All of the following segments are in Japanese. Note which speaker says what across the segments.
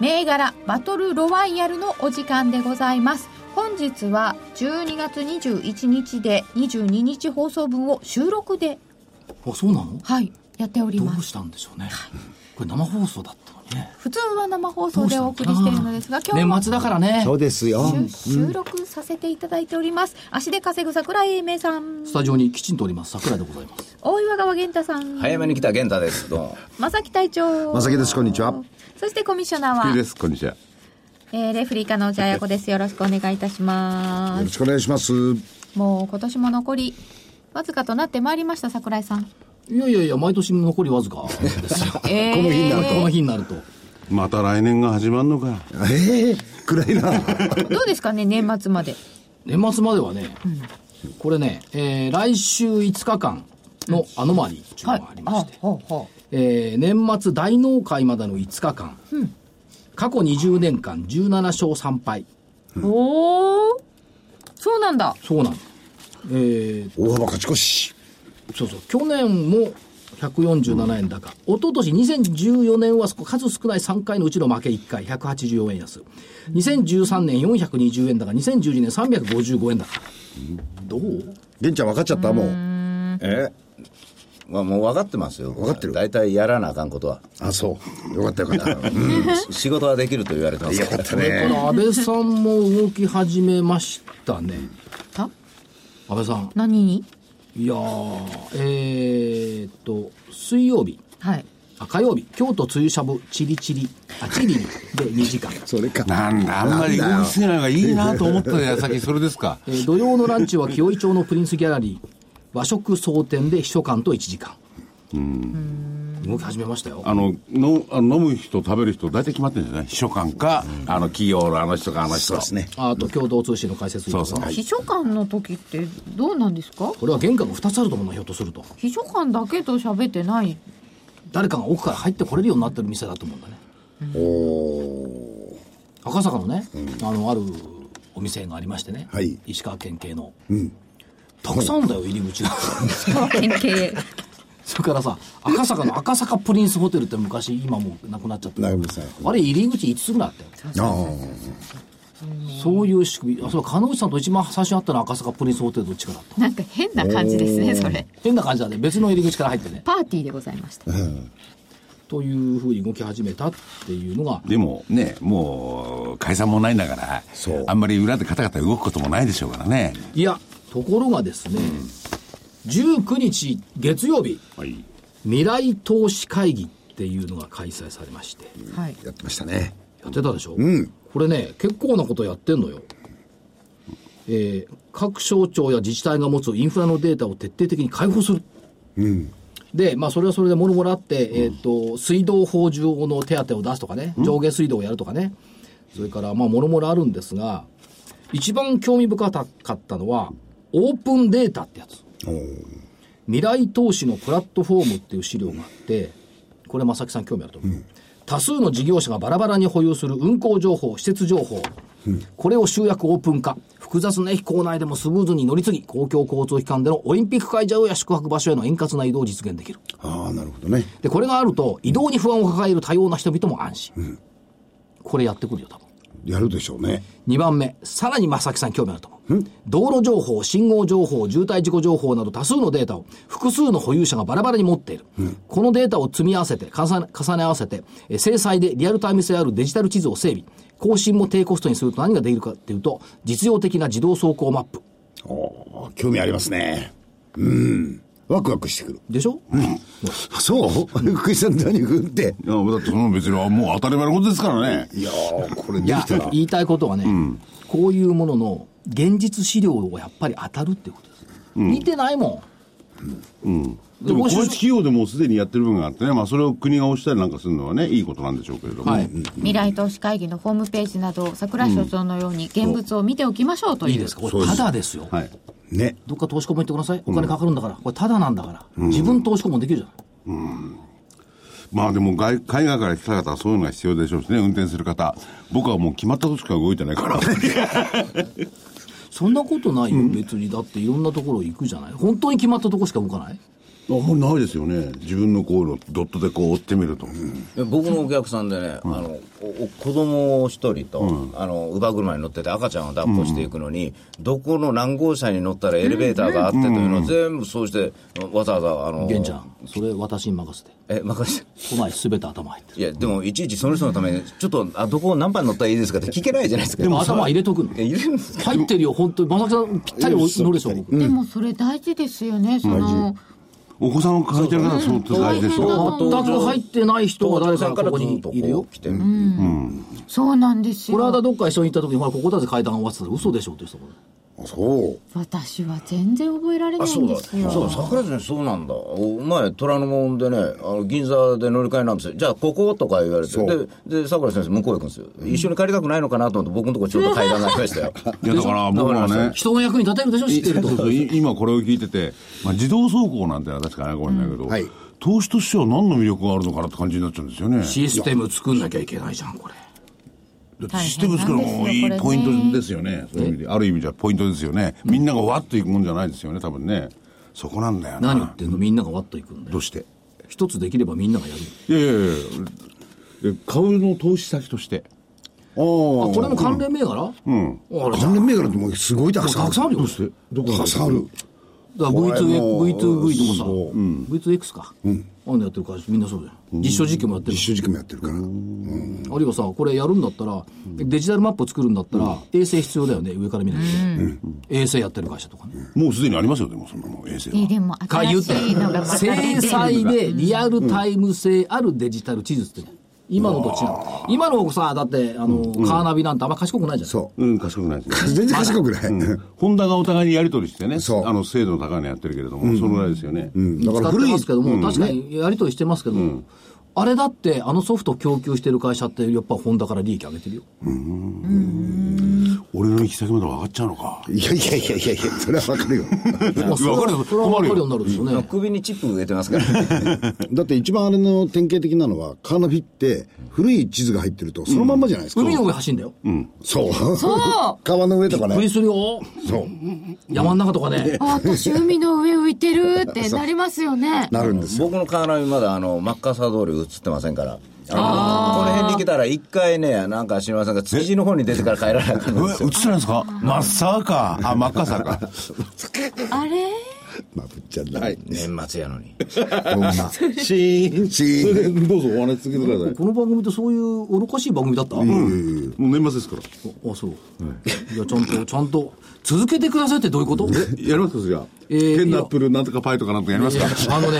Speaker 1: 銘柄バトルロワイヤルのお時間でございます本日は12月21日で22日放送分を収録で
Speaker 2: あ、そうなの
Speaker 1: はいやっており
Speaker 2: ど
Speaker 1: ま
Speaker 2: う
Speaker 1: す
Speaker 2: したんでしょうね。これ生放送だったのにね。
Speaker 1: 普通は生放送でお送りしているのですが今日も
Speaker 2: 年末だからね
Speaker 3: そ。うですよ。
Speaker 1: 収収録させていただいております足で稼ぐ桜井英明さん
Speaker 2: スタジオにきちんとおります。桜井でございます。
Speaker 1: 大岩川源太さん
Speaker 4: 早めに来た源太です。どうも。
Speaker 1: 正木隊長
Speaker 3: 正木ですこんにちは
Speaker 1: そしてコミッショナーは
Speaker 5: 冬です、こんにちは。
Speaker 1: えーレフリーカの内彩子ですよろしくお願いいたします
Speaker 3: よろしくお願いします。
Speaker 1: もう今年も残りわずかとなってまいりました桜井さん、
Speaker 2: いやいやいや、毎年残りわず かですよ。
Speaker 1: えー
Speaker 3: この日になる
Speaker 2: この日になると。
Speaker 5: また来年が始まるのか。
Speaker 3: ええ暗いな。
Speaker 1: どうですかね年末まで
Speaker 2: 年末まではね、これね、えー来週5日間のアノマリーっていうのがありまして、
Speaker 1: ほうほ
Speaker 2: えー年末大納会までの5日間、過去20年間17勝3敗。
Speaker 1: うおおそうなんだ
Speaker 2: そうなんえー
Speaker 3: 大幅勝ち越し。
Speaker 2: そうそう去年も147円高、一昨年2014年は数少ない3回のうちの負け1回184円安2013年420円高2012年355円高どう
Speaker 3: 玄ちゃん分かっちゃったもう。
Speaker 4: えまあもう分かってますよ。分
Speaker 3: かってる
Speaker 4: 大体やらなあかんことは。
Speaker 3: あ、そう。よかったよかった。
Speaker 4: 仕事はできると言われてます
Speaker 3: よ
Speaker 4: か
Speaker 3: からっ。た
Speaker 2: た
Speaker 3: ね。
Speaker 2: だ安倍さんも動き始めましたね
Speaker 1: た
Speaker 2: 安倍さん
Speaker 1: 何に
Speaker 2: いやーえー、っと水曜日
Speaker 1: はい
Speaker 2: あ火曜日京都梅雨しゃぶチリチリあチリにで2時間
Speaker 3: それか。
Speaker 5: なんだ、あんまり動きすぎないのがいいなと思った矢先、それですか。
Speaker 2: えー土曜のランチは紀尾井町のプリンスギャラリー和食総店で秘書官と1時間動き始めましたよ
Speaker 5: あの、のあの飲む人、食べる人、大体決まってるんですね。秘書官か、あの、企業のあの人か、あの人。
Speaker 3: そうですね。
Speaker 2: あと共同通信の解説
Speaker 5: そうそう
Speaker 2: はい
Speaker 1: 秘書官の時ってどうなんですか
Speaker 2: これは原価が2つあると思うなひょっとすると
Speaker 1: 秘書官だけと喋って ない
Speaker 2: 誰かが奥から入ってこれるようになってる店だと思うんだね赤坂のね、あのあるお店がありましてね、
Speaker 3: はい
Speaker 2: 石川県系の、たくさんあるんだよ入り口が
Speaker 1: 県警
Speaker 2: それからさ赤坂の赤坂プリンスホテルって昔今もうなくなっちゃった
Speaker 3: なるほどさ。
Speaker 2: あれ入り口5つぐらいあったよ
Speaker 3: ああ。
Speaker 2: そういう仕組み。あ、そう、金内さんと一番最初に会ったのは赤坂プリンスホテルどっちかだった。
Speaker 1: なんか変な感じですねそれ
Speaker 2: 変な感じだね。別の入り口から入ってね。
Speaker 1: パーティーでございました
Speaker 2: というふうに動き始めたっていうのが、
Speaker 5: でもね、もう、解散もないんだから、
Speaker 3: そう
Speaker 5: あんまり裏でカタカタ動くこともないでしょうからね。
Speaker 2: いや、ところがですね、19日月曜日、
Speaker 5: はい。
Speaker 2: 未来投資会議っていうのが開催されまして、
Speaker 1: はい
Speaker 3: やってましたね。
Speaker 2: やってたでしょこれね、結構なことやってんのよ。えー各省庁や自治体が持つインフラのデータを徹底的に開放する。で、まあ、それはそれでもろもろあって、えっ、と、水道法上の手当を出すとかね、上下水道をやるとかね、それから、まあ、もろもろあるんですが、一番興味深かったのは、オープンデータってやつ。未来投資のプラットフォームっていう資料があって、これ、正木さん興味あると思う。多数の事業者がバラバラに保有する運行情報、施設情報、これを集約オープン化。複雑な駅構内でもスムーズに乗り継ぎ、公共交通機関でのオリンピック会場や宿泊場所への円滑な移動を実現できる。
Speaker 3: ああ、なるほどね。
Speaker 2: で、これがあると、移動に不安を抱える多様な人々も安心。これやってくるよ、多分。
Speaker 3: やるでしょうね。
Speaker 2: 2番目、さらに正木さん興味あると思う。道路情報、信号情報、渋滞事故情報など多数のデータを複数の保有者がバラバラに持っている。このデータを積み合わせて、重ね重ね合わせて、えー制裁でリアルタイム性あるデジタル地図を整備。更新も低コストにすると何ができるかっていうと、実用的な自動走行マップ。
Speaker 3: おー興味ありますね。うん。ワクワクしてくる。
Speaker 2: でしょ、
Speaker 3: そう 福井さん何食うって。
Speaker 5: いや、だってその別に、もう当たり前のことですからね。
Speaker 3: いやー、これ
Speaker 2: い
Speaker 3: で
Speaker 2: や
Speaker 3: きたら、。
Speaker 2: 言いたいことはね、こういうものの現実資料をやっぱり当たるっていうことです。見てないもん。
Speaker 5: で
Speaker 2: ご
Speaker 5: も、個
Speaker 2: 出
Speaker 5: 別企業でもうすでにやってる部分があってね、まあ、それを国が押したりなんかするのはね、いいことなんでしょうけれども。
Speaker 2: はい
Speaker 1: 未来投資会議のホームページなど桜井所長のように現物を見ておきましょうという、
Speaker 2: いいですかこ
Speaker 5: そう
Speaker 2: れ
Speaker 5: です
Speaker 2: ただですよ、
Speaker 5: はい。
Speaker 3: ね。
Speaker 2: どっか投資家も行ってくださいお金かかるんだから、これただなんだから、自分投資家もできるじゃない
Speaker 5: まあでも外、海外から来た方はそういうのが必要でしょうしね、運転する方。僕はもう決まったとしか動いてない から。
Speaker 2: そんなことないよ、別にだっていろんなところ行くじゃない本当に決まったとこしか動かない
Speaker 5: あんまりないですよね。自分の航路、ドットでこう追ってみると。
Speaker 4: 僕のお客さんでね、あのおお子供を一人と、あの乳母車に乗ってて赤ちゃんを抱っこしていくのに、どこの何号車に乗ったらエレベーターがあってというのを全部そうしてわざわざあの
Speaker 2: 玄ちゃんそれ私に任せて
Speaker 4: え任せて
Speaker 2: 都内すべて頭入ってる
Speaker 4: いやでもいちいちその人のためにちょっとあどこを何番乗ったらいいですかって聞けないじゃないですか
Speaker 2: でも頭入れとくの
Speaker 4: え入れるんですか
Speaker 2: 入ってるよ本当に正木さんぴったり乗るでしょ僕
Speaker 1: でもそれ大事ですよね、その
Speaker 5: お子さんを抱えてる方はそうって大事です
Speaker 1: そう
Speaker 5: よ。
Speaker 1: だ
Speaker 2: 全く入ってない人が誰かこ
Speaker 4: からら
Speaker 2: こ
Speaker 4: ず
Speaker 2: に
Speaker 4: っと
Speaker 2: いるよ
Speaker 4: こう来てる
Speaker 1: そうなんです
Speaker 2: この間
Speaker 1: よ
Speaker 2: どっか一緒に行った時にほらここだぜ階段終わってたら嘘でしょって言ってたもん
Speaker 3: あそう。
Speaker 1: 私は全然覚えられ
Speaker 4: あ
Speaker 1: ない
Speaker 4: そ
Speaker 1: ん
Speaker 4: う
Speaker 1: で
Speaker 4: だ
Speaker 1: すよ
Speaker 4: そう桜島そうなんだお前虎ノ門でねあの銀座で乗り換えなんですよじゃあこことか言われてでで桜井先生向こう行くんですよ、一緒に帰りたくないのかなと思って僕のとこちょうど階段がありましたよ
Speaker 5: いや、だから僕はね、
Speaker 2: 人の役に立てるでしょ知ってると
Speaker 5: そうそうい 今これを聞いてて、まあ、自動走行なんてのは確かね、これだけど、
Speaker 3: はい
Speaker 5: 投資としては何の魅力があるのかなって感じになっちゃうんですよね。
Speaker 2: システム作んなきゃいけないじゃんこれ
Speaker 5: だってシステム作るのもいいポイントですよね。そういう意味である意味じゃポイントですよね。みんながわっといくもんじゃないですよね、多分ね。そこなんだよな。
Speaker 2: 何言ってんのみんながワッといくんだよ
Speaker 5: どうして
Speaker 2: 一つできればみんながやる
Speaker 5: いやいやいやえ株の投資先として。ああ。
Speaker 2: あ
Speaker 5: こ
Speaker 2: これも関連銘柄うんあれじゃ
Speaker 3: 関
Speaker 2: ん
Speaker 3: 連銘柄ってもうすごいたくさん
Speaker 2: た
Speaker 3: ある。
Speaker 2: くさんあるよ
Speaker 5: ど
Speaker 3: たくさんある。
Speaker 2: だから
Speaker 3: これ
Speaker 2: V2X
Speaker 3: もう
Speaker 2: V2V ともさ、
Speaker 3: そう
Speaker 2: V2X か、あんなやってる会社みんなそうじゃん実証実験もやってる
Speaker 3: 一生時間もやってるから。
Speaker 2: あるいはさこれやるんだったら、デジタルマップを作るんだったら、衛星必要だよね上から見ないと、衛星やってる会社とかね、
Speaker 5: もうすでにありますよ、でもそんなの、衛星
Speaker 1: いい
Speaker 5: は。
Speaker 1: でも
Speaker 2: か言
Speaker 1: 新
Speaker 2: うて
Speaker 1: しいのがまた出
Speaker 2: 制
Speaker 1: て
Speaker 2: 裁でリアルタイム性あるデジタル地図って、今のと違う今のさだってあの、カーナビなんてあんま賢くないじゃん
Speaker 3: そ
Speaker 5: うん、賢くないです
Speaker 3: う。
Speaker 5: ね。
Speaker 3: 全然賢くない。
Speaker 5: ホンダがお互いにやり取りしてね、
Speaker 3: そう
Speaker 5: あの精度の高いのやってるけれども、そのぐらいですよね。
Speaker 3: だから古
Speaker 2: 使ってま
Speaker 3: い
Speaker 2: すけども、確かにやり取りしてますけども、あれだってあのソフト供給してる会社ってやっぱホンダから利益上げてるよ
Speaker 5: 俺の行き先まで分かっちゃうのか。
Speaker 3: いやいやいやいやいや、それはわかるよ。
Speaker 2: まあそれは
Speaker 5: わかるよ
Speaker 2: それは分かるようになるでしょうね、
Speaker 4: 首にチップ植えてますから
Speaker 3: だって一番あれの典型的なのは、カーナビって古い地図が入ってるとそのまんまじゃないですか。
Speaker 2: 海の上走んだよ、
Speaker 3: そう。
Speaker 1: そ
Speaker 3: 川の上とか
Speaker 2: びっく
Speaker 3: ね
Speaker 2: り。するよ
Speaker 3: そう。
Speaker 2: 山の中とかね、
Speaker 1: あ私海の上浮いてるってなりますよね
Speaker 3: なるんですよ。
Speaker 4: 僕のカーナビまだあのマッカーサー通り映ってませんからあのこの辺に来たら一回ねなんか知りませんが築地の方に出てから帰らなあ かったん
Speaker 5: え、
Speaker 4: です
Speaker 5: 映
Speaker 4: よ
Speaker 5: ってないんですかまっさか。あ、真っ赤さか。
Speaker 1: あれ
Speaker 3: まあ、ぶっちゃけない。
Speaker 4: 年末やのに
Speaker 3: ほんま。シーン。シーン。
Speaker 5: どうぞお話し続けてくだ さ
Speaker 2: この番組ってそういう愚かしい番組だった、
Speaker 5: い。もう年末ですから。
Speaker 2: あそう、いやちゃんとちゃんと続けてくださいってどういうこと
Speaker 5: やりますか、じゃあ。
Speaker 2: えー
Speaker 5: 変なアップルなんとかパイとかなんとかやりますか
Speaker 2: いやあのね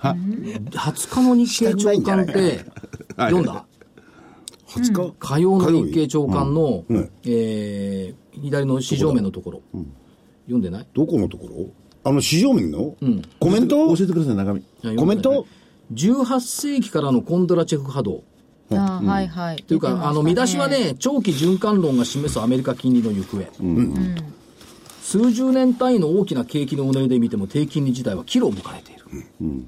Speaker 2: 20日の日経長官って
Speaker 5: はい
Speaker 2: 読んだ
Speaker 3: 20日
Speaker 2: 火曜の日経長官の、えー左の市場面のところ、読んでないい
Speaker 3: どこのところあの、市場面のコメント
Speaker 5: 教えてください、中身。
Speaker 2: や
Speaker 3: コメント
Speaker 2: 読んでない18世紀からのコンドラチェフ波動
Speaker 1: あはいはい
Speaker 2: というか、
Speaker 1: 出てました
Speaker 2: あの見出しはね、長期循環論が示すアメリカ金利の行方、数十年単位の大きな景気のうねりで見ても、低金利時代は岐路を迎えている、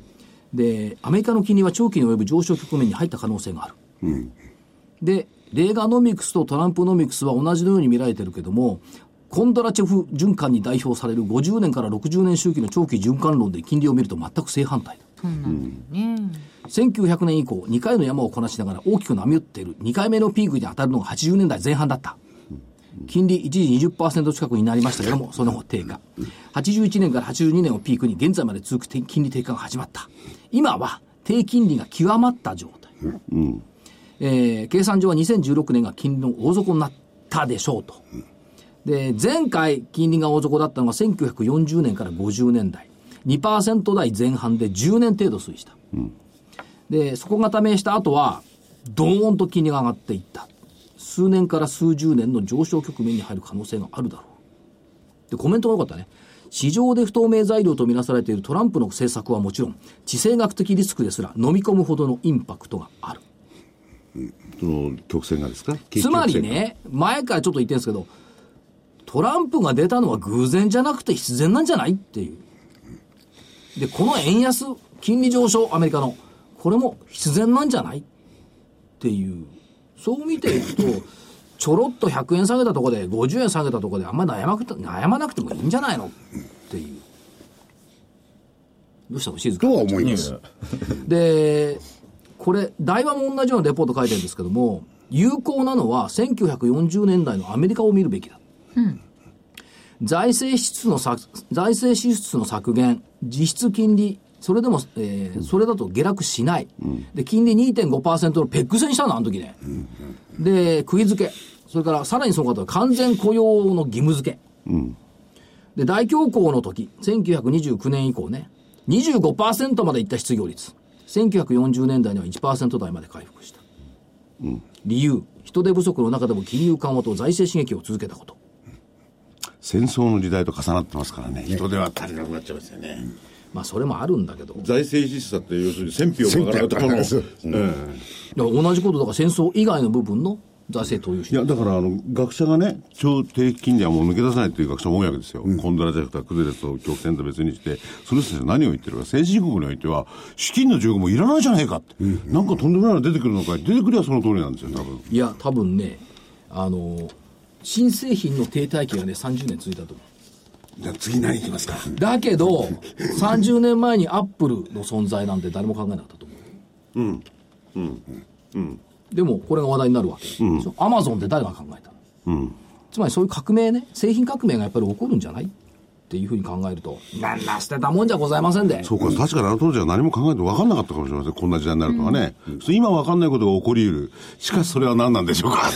Speaker 2: で、アメリカの金利は長期に及ぶ上昇局面に入った可能性がある、で、レーガノミクスとトランプノミクスは同じのように見られてるけども、コンドラチェフ循環に代表される50年から60年周期の長期循環論で金利を見ると全く正反対だ。1900年以降2回の山をこなしながら大きく波打っている2回目のピークに当たるのが80年代前半だった金利一時20%近くになりましたけどもその後低下81年から82年をピークに現在まで続く金利低下が始まった今は低金利が極まった状態、えー計算上は2016年が金利の大底になったでしょうと、で前回金利が大底だったのが1940年から50年代2%台前半で10年程度推移した、で底固めした後はドーンと金利が上がっていった数年から数十年の上昇局面に入る可能性があるだろうでコメントが良かったね市場で不透明材料とみなされているトランプの政策はもちろん、地政学的リスクですら飲み込むほどのインパクトがある。
Speaker 5: その曲線がですか
Speaker 2: つまり、ね、前からちょっと言ってるんですけど、トランプが出たのは偶然じゃなくて必然なんじゃないっていう。で、この円安、金利上昇、アメリカの、これも必然なんじゃないっていう。そう見ていくと、 ちょろっと100円下げたところで、50円下げたところで、あんまり悩まなくて悩まなくてもいいんじゃないのっていう。どうしたの静か
Speaker 3: とは思います。
Speaker 2: で、これ、台湾も同じようなレポート書いてるんですけども、有効なのは1940年代のアメリカを見るべきだ。財政支出の削財政支出の削減、実質金利、それでも、えーそれだと下落しない。で、金利2.5%のペック戦したの、あの時ね。で、釘付け。それから、さらにその方は完全雇用の義務付け。で、大恐慌の時、1929年以降ね、25%までいった失業率。1940年代には1%台まで回復した。理由、人手不足の中でも金融緩和と財政刺激を続けたこと。
Speaker 5: 戦争の時代と重なってますからね、人手は足りなくなっちゃいますよね。
Speaker 2: まあ、それもあるんだけど、
Speaker 6: 財政支出だって要するに戦費を賄うところの、
Speaker 3: 戦
Speaker 6: うん
Speaker 2: いや同じことだから戦争以外の部分の財政投融資
Speaker 5: いや、だから、あの、学者がね、超低金利はもう抜け出さないという学者も多いわけですよ。コンドラジャクとかクゼレスと曲線と別にして、その人たちは何を言ってるか、先進国においては、資金の需要もいらないじゃないかって。なんかとんでもないの出てくるのかい出てくりゃその通りなんですよ、多分。
Speaker 2: いや多分ねあの新製品の停滞期がね30年続いたと思
Speaker 5: じゃあ次何いきますか。
Speaker 2: うだけど 30年前にアップルの存在なんて誰も考えなかったと思ううんうんうんでもこれが話題になるわけ、アマゾンって誰が考えたの、つまりそういう革命ね製品革命がやっぱり起こるんじゃないっていうふうに考えるとなんだ捨てたもんじゃございませんで
Speaker 5: そうか、確かにあの当時は何も考えて分かんなかったかもしれません、こんな時代になるとはね。そう今分かんないことが起こり得る。しかしそれは何なんでしょうか。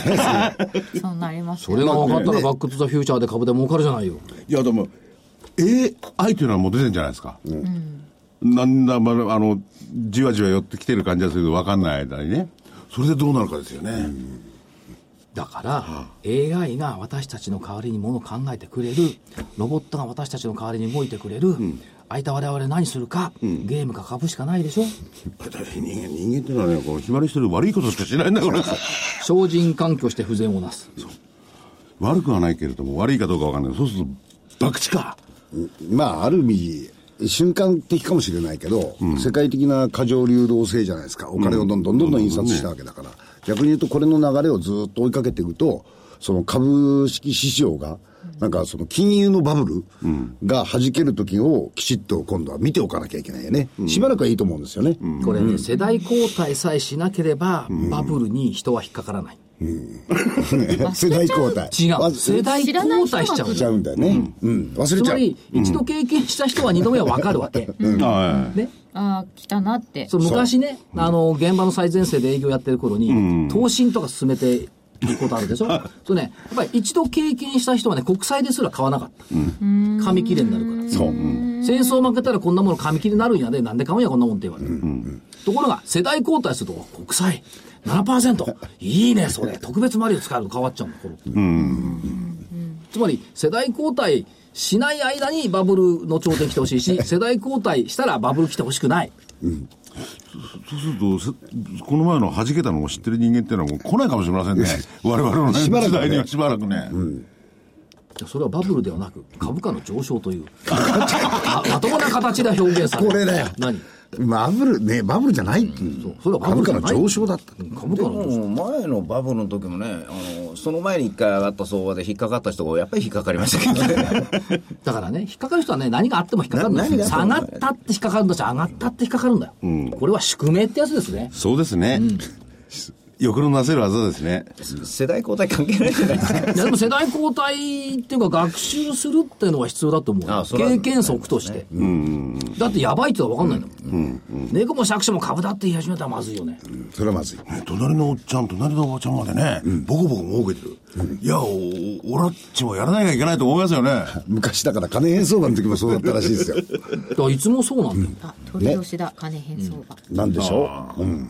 Speaker 1: そうなります
Speaker 2: それが分かったらバック・トゥ・ザ・フューチャーで株で儲かるじゃないよ
Speaker 5: いや、でも、AI というのはもう出てんじゃないですか。なんだ、まだ、あの、じわじわ寄ってきてる感じがするけど、分かんない間にね。それでどうなるかですよね。
Speaker 2: だから、AI が私たちの代わりにものを考えてくれる、ロボットが私たちの代わりに動いてくれる、空いた我々何するか、ゲームか株しかないでしょ、
Speaker 5: だって人間、人間っていうのはね、こう、暇にしてる悪いことしかしないんだから。
Speaker 2: 精進環境して不全をなす、
Speaker 5: 悪くはないけれども、悪いかどうか分かんない。そうすると、博打か。
Speaker 3: まあ、ある意味、瞬間的かもしれないけど、世界的な過剰流動性じゃないですか。お金をどんどんどんどん印刷したわけだから。逆に言うと、これの流れをずっと追いかけていくと、その株式市場が、なんかその金融のバブルが弾ける時をきちっと今度は見ておかなきゃいけないよね。しばらくはいいと思うんですよね。
Speaker 2: これね、世代交代さえしなければ、バブルに人は引っかからない、
Speaker 3: 世代交代。
Speaker 2: 違
Speaker 3: わ
Speaker 2: う、世代交代しちゃう
Speaker 3: ちゃうんだよね。うん。忘れ
Speaker 2: つ
Speaker 3: ち
Speaker 2: ま
Speaker 3: ゃう。
Speaker 2: り、一度経験した人は二度目は分かるわけ。
Speaker 5: は
Speaker 2: ね
Speaker 7: ああ、来たなって。
Speaker 2: そう昔ね、あの、現場の最前線で営業やってる頃に、投信とか進めていくことあるでし ょそうね、やっぱり一度経験した人はね、国債ですら買わなかった。紙切れになるから。
Speaker 3: そう。
Speaker 2: 戦争負けたらこんなもの紙切れになるんやで、なんで買うんやこんなもんって言われる。ところが、世代交代すると、国債7%、いいね、それ、特別マリオ使えると変わっちゃうんだ、このつまり、世代交代しない間にバブルの頂点来てほしいし、世代交代したらバブル来てほしくない。
Speaker 5: い。そうすると、せこの前の弾けたのを知ってる人間っていうのはもう来ないかもしれません ね。我々のね、
Speaker 3: しばらくね
Speaker 5: 時代にはしばらくね。
Speaker 2: それはバブルではなく株価の上昇という ままともな形で表現される
Speaker 3: これだよ
Speaker 2: 何
Speaker 3: バブル、ね、バブルじゃない。
Speaker 2: そうそれはバブ
Speaker 3: 株
Speaker 2: ルじゃ
Speaker 3: 価
Speaker 2: ない
Speaker 3: の上昇だった。
Speaker 2: 株価
Speaker 4: で
Speaker 2: の上昇
Speaker 4: も前のバブルの時もね、あのその前に一回上がった相場で引っかかった人がやっぱり引っかかりましたけどね。
Speaker 2: だからね引っかかる人はね何があっても引っかかるんだよ
Speaker 4: な何があ
Speaker 2: 下
Speaker 4: って
Speaker 2: が
Speaker 4: も
Speaker 2: ったって引っかかるんだし上がったって引っかかるんだよ、これは宿命ってやつですね
Speaker 5: そうですね。欲のなせる技ですね。
Speaker 4: 世代交代関係ないじゃないですか。
Speaker 2: いやでも世代交代っていうか学習するっていうのは必要だと思うよ
Speaker 4: ああそれは
Speaker 2: 経験則として、だってやばいってのは分かんないんだもん、猫も借子も株だって言い始めたらまずいよね、
Speaker 3: それはまずい。
Speaker 5: ね隣のおっちゃん、隣のおばちゃんまでね、ボコボコ儲けてる。いや、お、おらっちもやらなきゃいけないと思いますよね。
Speaker 3: 昔だから金変相場の時もそうだったらしいで すよ。
Speaker 2: だからいつもそうなんだよ、
Speaker 1: あ取り押しだ金変相場、
Speaker 3: なんでしょう。うん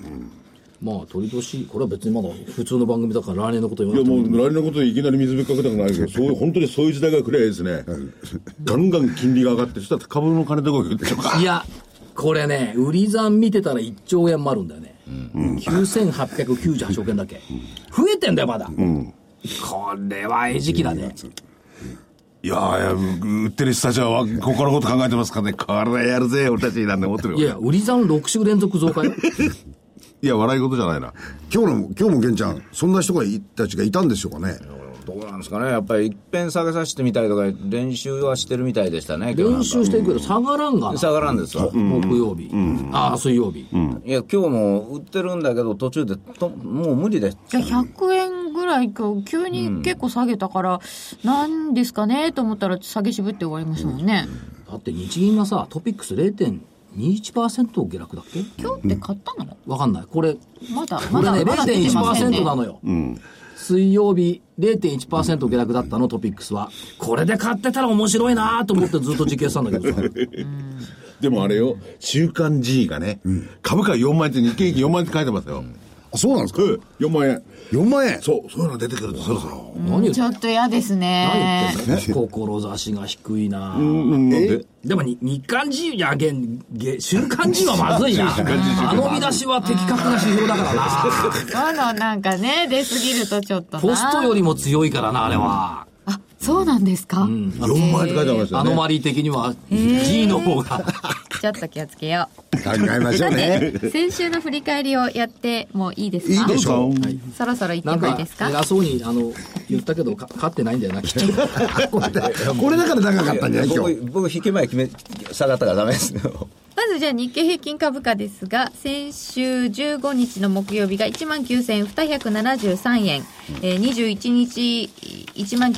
Speaker 2: まあ、取り年、これは別にまだ普通の番組だから来年のこと言
Speaker 6: い
Speaker 2: わ
Speaker 6: や
Speaker 2: なくて
Speaker 6: も
Speaker 2: も
Speaker 6: う来年のことにいきなり水ぶっかけたくない けど、そういう、本当にそういう時代が来ればいいですね。ガンガン金利が上がって、そしたら株の金どこ行くとか。
Speaker 2: いや、これね、売り算見てたら1兆円もあるんだよね。9898億円だっけ。増えてんだよ、まだ。これは餌食だね。
Speaker 5: いやーいや、う売ってる人たちは心のこと考えてますからね、これやるぜ、俺たちなんて思ってるよ。
Speaker 2: いや、売り算6週連続増加よ。
Speaker 5: いや、笑い事じゃないな。
Speaker 3: 今日の、今日も玄ちゃん、そんな人がいたちがいたんでしょうかね。
Speaker 4: どうなんですかね、やっぱり一遍下げさせてみたいとか、練習はしてるみたいでしたね、今日なん
Speaker 2: 練
Speaker 4: か
Speaker 2: 習していくけど下がらんがな。
Speaker 4: 下がらんですわ。
Speaker 2: 木曜日。ああ、水曜日。
Speaker 4: いや、今日も売ってるんだけど、途中でと、もう無理です。
Speaker 8: じゃあ100円ぐらい今日急に結構下げたから、なんですかねと思ったら下げ渋って終わりましたもんね。
Speaker 2: だって日銀がさ、トピックス0.21%下落だっけ
Speaker 8: 今日って買ったの
Speaker 2: わかんない。これ、
Speaker 8: まだ、
Speaker 2: こ
Speaker 8: ま
Speaker 2: れ
Speaker 8: だ、
Speaker 2: ね、
Speaker 8: まだ出てませんね
Speaker 2: 0.1%。なのよ。水曜日、0.1%下落だったの、トピックスは。これで買ってたら面白いなと思ってずっと実験したんだ けどさ。
Speaker 6: でもあれよ、中間 G がね、株価4万円って日経平均4万円って書いてますよ。
Speaker 3: あ、そうなんですか
Speaker 6: うん、4万円。
Speaker 3: ?4 万円
Speaker 6: そう、そういうの出てくるとそろそろ。
Speaker 2: 何言って
Speaker 8: ちょっと嫌です
Speaker 2: 何
Speaker 8: ね
Speaker 2: 言。ってんの志が低いな
Speaker 6: うん、なんで
Speaker 2: でもに日刊自由、いや、げんげ週刊自由はまず いな。あの見出しは的確な指標だからな。
Speaker 8: あの、なんかね、出すぎるとちょっとな。
Speaker 2: ポストよりも強いからな、あれは。
Speaker 8: あ、そうなんですか、
Speaker 6: 4万円って書いてありました
Speaker 2: ア
Speaker 6: よ
Speaker 2: ノ
Speaker 6: ね。
Speaker 2: マリー的には G の方 が。
Speaker 8: ちょっと気をつけよ
Speaker 3: 考えましょ う ね。
Speaker 8: う。先週の振り返りをやってもいいですか
Speaker 3: いいでしょう。
Speaker 8: そろそろ行っ
Speaker 2: な
Speaker 8: て
Speaker 2: ん
Speaker 8: もいい
Speaker 2: か
Speaker 8: ですか
Speaker 2: 偉そうにあの言ったけどか勝ってないんだよなきっと
Speaker 3: これだから長かったんじゃない今日。
Speaker 4: 僕、僕、引け前決め、下がったからダメですよ。
Speaker 8: まずじゃあ日経平均株価ですが、先週15日の木曜日が19,273円、えー、21日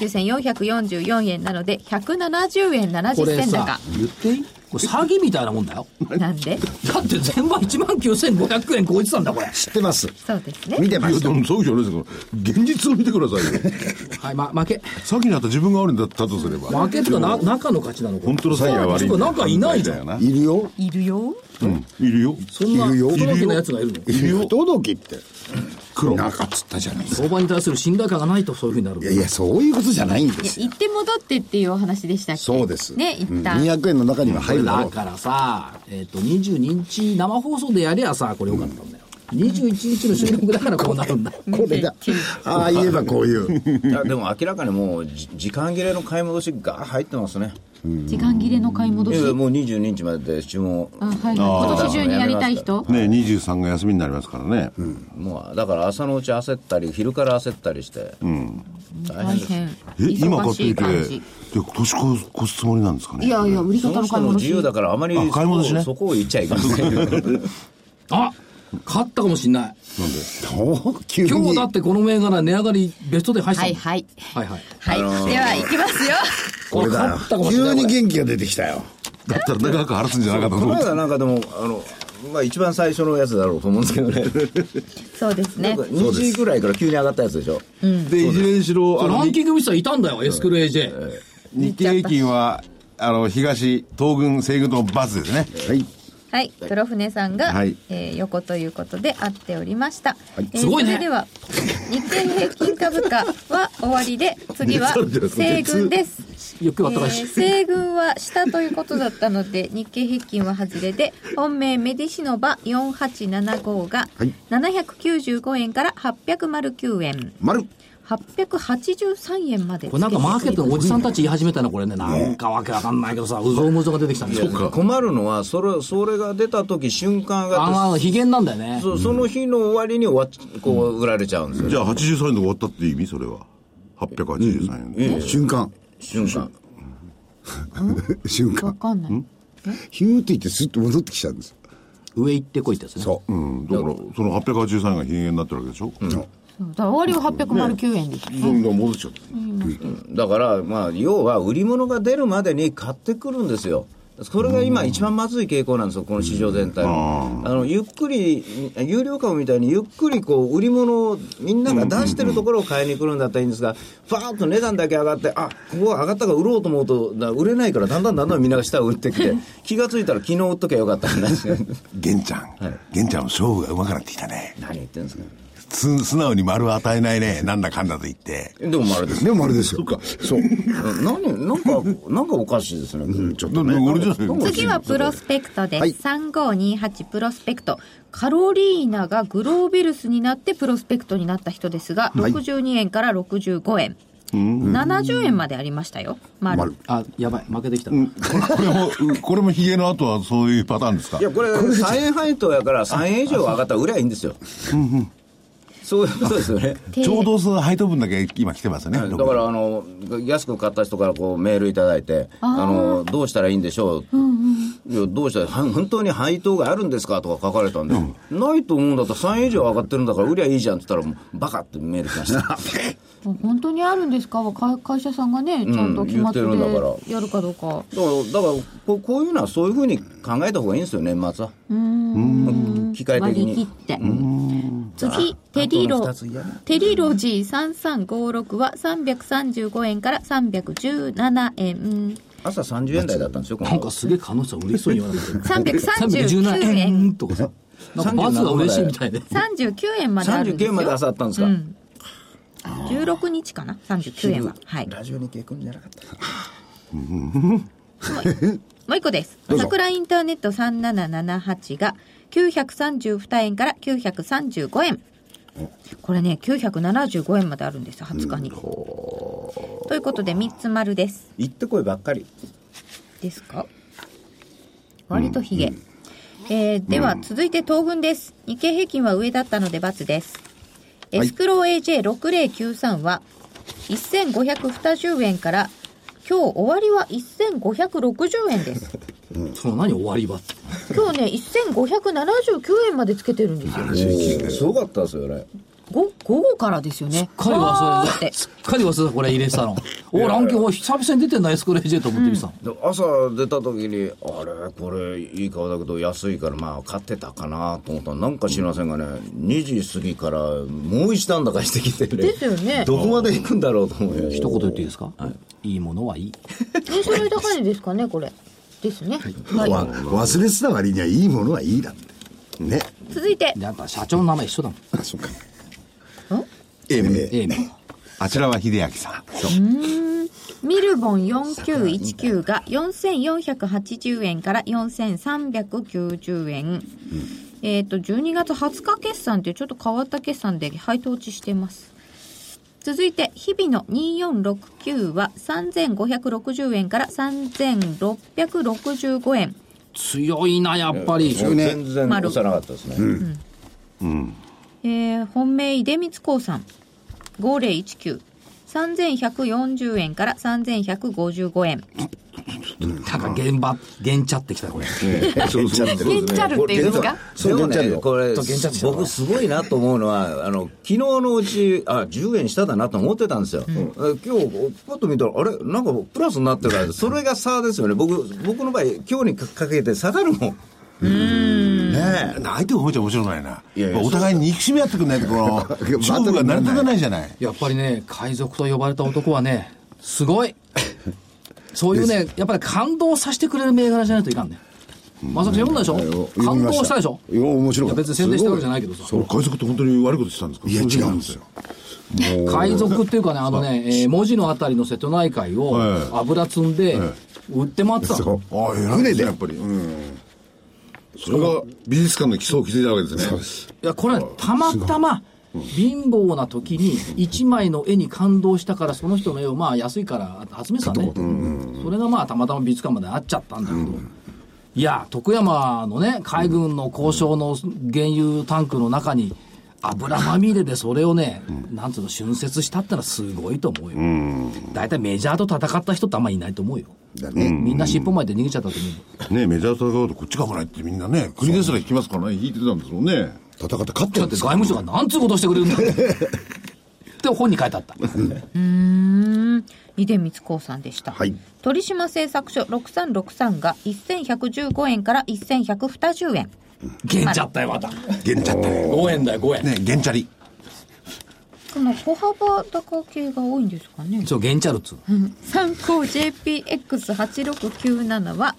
Speaker 8: 19,444円なので、170円
Speaker 2: こ
Speaker 8: 70
Speaker 2: れ
Speaker 8: 銭
Speaker 2: さ
Speaker 8: 高。
Speaker 2: 言っていいこれ詐欺みたいなもんだよ
Speaker 8: なんで
Speaker 2: だって全部1万9500円超えてたんだこれ
Speaker 3: 知ってます。
Speaker 8: そうですね。
Speaker 3: 見てま
Speaker 6: いや、
Speaker 3: す
Speaker 6: で。もそうじゃないですけど、現実を見てくださいよ。
Speaker 2: はい、ま、負け
Speaker 5: さっきにあった自分が悪いんだったとすれば。
Speaker 2: 負けっていうかな中の勝ちなのこ
Speaker 5: 本
Speaker 2: れ
Speaker 5: 当のサイヤは悪いんだよ。
Speaker 2: なんかいないじゃん
Speaker 5: よない
Speaker 3: るよ。
Speaker 8: いるよ。
Speaker 5: いるよ。
Speaker 2: そんない
Speaker 3: るよ
Speaker 2: 不届きなやつがいるの
Speaker 3: いるよ。不届きって。
Speaker 5: 黒。
Speaker 3: なかっつったじゃないですか。
Speaker 2: 相場に対する信頼感がないとそういうふうになる
Speaker 3: いやいや、そういうことじゃないんで
Speaker 8: いや
Speaker 3: すよ。
Speaker 8: 行って戻ってっていうお話でしたっけ
Speaker 3: そうです。
Speaker 8: ね、
Speaker 3: う
Speaker 8: 一
Speaker 3: ん
Speaker 8: 旦。
Speaker 3: 200円の中には入るだろ
Speaker 2: だ
Speaker 3: う。
Speaker 2: からさ、えっと22日生放送でやりゃさこれよかったんだよ、21日の収録だからこうなるんだ
Speaker 3: これだ。ああ言えばこういう。
Speaker 4: いや、でも明らかにもう、じ時間切れの買い戻しが入ってますね。
Speaker 8: 時間切れの買い戻
Speaker 4: い
Speaker 8: し。
Speaker 4: や、もう22日までで注文。
Speaker 8: あはい、今年中にやりたい人
Speaker 5: ね23が休みになりますからね。
Speaker 4: もう、だから朝のうち焦ったり、昼から焦ったりして。大
Speaker 8: 大
Speaker 4: 変です。
Speaker 8: 変。
Speaker 5: え、今買
Speaker 8: 忙
Speaker 5: って
Speaker 8: し
Speaker 5: い
Speaker 8: い
Speaker 5: て、
Speaker 8: 感
Speaker 5: で
Speaker 8: じ。、
Speaker 5: 年越す越すつもりなんですかね。
Speaker 8: いやいや、売り
Speaker 4: そ
Speaker 8: 方
Speaker 4: の
Speaker 8: の
Speaker 4: 人
Speaker 8: 買い
Speaker 4: の
Speaker 8: 戻
Speaker 4: 自
Speaker 8: し。
Speaker 4: 由だからあまり
Speaker 5: あ買い戻しね
Speaker 4: そこを言っちゃいけませんよ
Speaker 2: あ勝ったかもしんない
Speaker 3: お急に。
Speaker 2: 今日だってこの銘柄値上がりベストで入ってた
Speaker 8: は
Speaker 2: も
Speaker 8: い
Speaker 2: ん
Speaker 8: はい。
Speaker 2: はいはい
Speaker 8: はい。では、行きますよ。
Speaker 3: これだよ
Speaker 2: 勝ったか。もしれな
Speaker 3: 急
Speaker 2: い
Speaker 3: に元気が出てきたよ。
Speaker 5: だったら長く晴らすんじゃなかったと
Speaker 4: この
Speaker 5: 思って。
Speaker 4: 間なんかでもあの、まあ、一番最初のやつだろうと思うんですけどね
Speaker 8: そうです
Speaker 4: な
Speaker 8: ね
Speaker 4: んか。2時ぐらいから急に上がったやつでしょ
Speaker 5: で、いずれにしろ、あ
Speaker 2: ラ
Speaker 5: の、
Speaker 2: ン
Speaker 5: 日
Speaker 2: キング見てたらいたんだよ、エスクル AJ。
Speaker 5: 日経平均は、あの、東、東軍、西軍ともバツですね。
Speaker 3: はい。
Speaker 8: はい。黒船さんが、
Speaker 5: はい
Speaker 8: えー横ということで合っておりました。えー
Speaker 2: すごいね
Speaker 8: それでは、日経平均株価は終わり で、次は西軍です。
Speaker 2: よく
Speaker 8: え
Speaker 2: あったらし
Speaker 8: ー
Speaker 2: い。
Speaker 8: 西軍は下ということだったので 日経平均は外れで本命メディシノバ4875が795円から809円
Speaker 3: 丸。
Speaker 8: 883円まで
Speaker 2: これなんかマーケットのおじさんたち言い始めたな、これね。なんかわけわかんないけどさ、うぞうむぞうが出てきたんだよ。
Speaker 4: 困るのはそれそれが出た時瞬間
Speaker 2: あの、あ
Speaker 4: が
Speaker 2: の、
Speaker 4: って
Speaker 2: 機嫌なんだよね。
Speaker 4: そその日の終わりに終わっこう売られちゃうんですよ、
Speaker 5: じゃあ、83円で終わったって意味それは。883円で。
Speaker 3: 瞬間。
Speaker 4: 瞬間
Speaker 3: 瞬
Speaker 8: わ
Speaker 3: 間。
Speaker 8: かんない
Speaker 3: ヒューって言ってスッと戻ってきちゃうんです。
Speaker 2: 上行ってこいってやつね。
Speaker 3: そう。
Speaker 5: うん。だから、その883円が髭になってるわけでしょ。
Speaker 8: そうだから終わりは809円です
Speaker 6: どんどん戻っちゃって。
Speaker 4: だからまあ要は売り物が出るまでに買ってくるんですよそれが今、一番まずい傾向なんですよ、この市場全体の。あのゆっくり、有料株みたいにゆっくりこう売り物をみんなが出してるところを買いに来るんだったらいいんですが、ばーっと値段だけ上がって、あここが上がったから売ろうと思うと、だ売れないから、だんだんだんだんみんなが下を売ってき て、気がついたら、昨日売っときゃよかったんだ
Speaker 9: 玄ちゃん、玄ちゃんの勝負が上手くなってきたね。
Speaker 4: 何言ってんですか。
Speaker 9: す素直に丸を与えないね。なんだかんだと言って。
Speaker 4: でもまああれです
Speaker 3: でもあれですよ。そう。
Speaker 4: 何なんか、なんかおかしいですね。
Speaker 9: ちょっとね。俺じゃない
Speaker 8: 次はプロスペクトです、
Speaker 3: はい
Speaker 8: 3528プロスペクトカロリーナがグロービルスになってプロスペクトになった人ですが、62円から65円、70円までありましたよ丸
Speaker 3: 丸
Speaker 2: あ、やばい、負けてきた。
Speaker 9: これも、うんこれもヒゲの後はそういうパターンですか
Speaker 4: いや、これ、3円配当やから、3円以上上がったら売りゃいいんですよ。そういうことですよね。
Speaker 9: ちょうどその配当分だけ今来てますよね。
Speaker 4: だからあの安く買った人からこうメールいただいてあの、どうしたらいいんでしょう、いやどうしたら、は本当に配当があるんですかとか書かれたんで、ないと思うんだったら、3円以上上がってるんだから、売りゃいいじゃんって言ったら、もうバカってメール来 ました。
Speaker 1: 本当にあるんですかは会会社さんがねちゃんと決まって
Speaker 4: 言ってるんだから
Speaker 1: やるかどうか、
Speaker 4: だからだからこうこういうのはそういうふうに考えた方がいいんですよ、年末は。うん機械的
Speaker 8: 割り切
Speaker 4: に
Speaker 8: っ。て次テリロ
Speaker 4: あとの二つ嫌だ
Speaker 8: テリロジー3356は335円から317円
Speaker 4: 朝30円台だったんですよ、こ
Speaker 2: なん
Speaker 4: の
Speaker 2: かすげえ彼女さん嬉しそうに言わなかった。
Speaker 8: 339
Speaker 2: 317円とかさ。なんかバズが嬉しいみたいで。
Speaker 8: 39円まであるん
Speaker 4: 39
Speaker 8: ですよ
Speaker 4: 円まで朝あったんですか、
Speaker 8: うん16日かな39円ははい
Speaker 4: ラジオに行くんじゃなかった
Speaker 8: もう一個です。桜インターネット3778が932円から935円。これね、975円まであるんです、20日に。ということで、3つ丸です。
Speaker 4: 行ってこいばっかり
Speaker 8: ですか割とヒゲ。えーでは、続いて東軍です。日経平均は上だったので×です。エスクロー AJ6093 は、1520円から、今日終わりは1560円です。
Speaker 2: その何終わり場って。
Speaker 1: 今日ね1579円までつけてるんですよ
Speaker 4: すごかったですよね
Speaker 1: ご午後からですよね
Speaker 2: すっかり忘れ
Speaker 8: って
Speaker 2: た。すっかり忘れてた、これ入れてたの。お、ランキング、お久々に出てんな、エスクレージェと思ってみてたの。
Speaker 4: で朝出た時にあれこれいい顔だけど安いからまあ買ってたかなと思ったらなんか知りませんがね2時過ぎからもう一段高してきてね
Speaker 1: ですよね
Speaker 4: どこまで行くんだろうと思いまし
Speaker 2: 一言言っていいですかいいものはいい。
Speaker 1: 年収の高値ですかねこれですねはい、
Speaker 3: わ忘れてた割にはいいものはいいだって。ね。
Speaker 8: 続いて、
Speaker 2: で、あんた社長の名前一緒だもん。
Speaker 3: あ、そうか。
Speaker 9: ええ
Speaker 2: ええ、もう
Speaker 9: あちらは秀明さん。そう。
Speaker 8: ミルボン4919が4480円から4390円。えっ、と、12月20日決算っていうちょっと変わった決算で配当落ちしてます。続いて、日々の2469は3560円から3665円。
Speaker 2: 強いな、やっぱり。
Speaker 4: た全然
Speaker 8: 丸
Speaker 4: 押さなかったですね、
Speaker 8: えー本命、出光興産5019。3140円から3155円。
Speaker 2: なんか現場、現茶ってきた、これ。
Speaker 3: そうそ
Speaker 1: 現チ
Speaker 3: う。
Speaker 1: ャルっていうんですか
Speaker 4: でもね、これ
Speaker 2: 現着地、だな
Speaker 4: 僕すごいなと思うのは、あの、昨日のうち、あ、10円下だなと思ってたんですよ。え今日、パッと見たら、あれなんかプラスになってるから、それが差ですよね。僕、僕の場合、今日にかかけて下がるもん。
Speaker 9: ねえ。相手を褒めちゃ面白くないな。
Speaker 4: いやいや
Speaker 9: お互いに憎しみ合ってくんないと、この、 勝負が成り立たないじゃない。
Speaker 2: やっぱりね、海賊と呼ばれた男はね、すごい。そういうね、やっぱり感動させてくれる銘柄じゃないといかんね。まさき読んだでしょ感動したでしょ
Speaker 3: いや、面
Speaker 2: い
Speaker 3: 白か
Speaker 2: や
Speaker 3: っ
Speaker 2: 別
Speaker 3: た。
Speaker 2: に宣伝してるわけじゃないけどさ。
Speaker 6: それ海賊って本当に悪いことしてたんですか
Speaker 3: いや、違うんですよ。
Speaker 2: 海賊っていうかね、あのね、えー文字のあたりの瀬戸内海を
Speaker 6: ええ
Speaker 2: 油積んで、売って回ってたの。
Speaker 6: ああ、偉いですね、やっぱり。それが美術館の基礎を築いたわけですね。
Speaker 2: いや、これはたまたま、貧乏な時に一枚の絵に感動したからその人の絵をまあ安いから集めてたね、それがまあたまたま美術館まであっちゃったんだけど、いや徳山のね海軍の交渉の原油タンクの中に油まみれでそれをね、なんつうの浚渫したってのはすごいと思うよ大体、メジャーと戦った人ってあんまりいないと思うよ
Speaker 3: だね。
Speaker 2: みんな尻尾巻いて逃げちゃったと思う
Speaker 6: ねえメジャーと戦うとこっちが危ないってみんなね、国ですら引きますからね、引いてたんですもんね。
Speaker 3: 戦って勝って
Speaker 2: だっ
Speaker 3: るん
Speaker 2: て
Speaker 3: です
Speaker 2: 外務
Speaker 3: か
Speaker 2: 省 がなんつうことしてくれるんだってって本に書いてあった
Speaker 8: うーん井出光興産でした、
Speaker 3: はい
Speaker 8: 鳥島製作所6363が1115円から1120円
Speaker 2: 現ちゃったよ、また。
Speaker 9: げんちゃったね。
Speaker 2: 5円だよ、5円。
Speaker 9: ね、げんちゃり。
Speaker 8: この小幅高系が多いんですかね
Speaker 2: そう、現チャルツ。
Speaker 8: 参考 JPX8697 は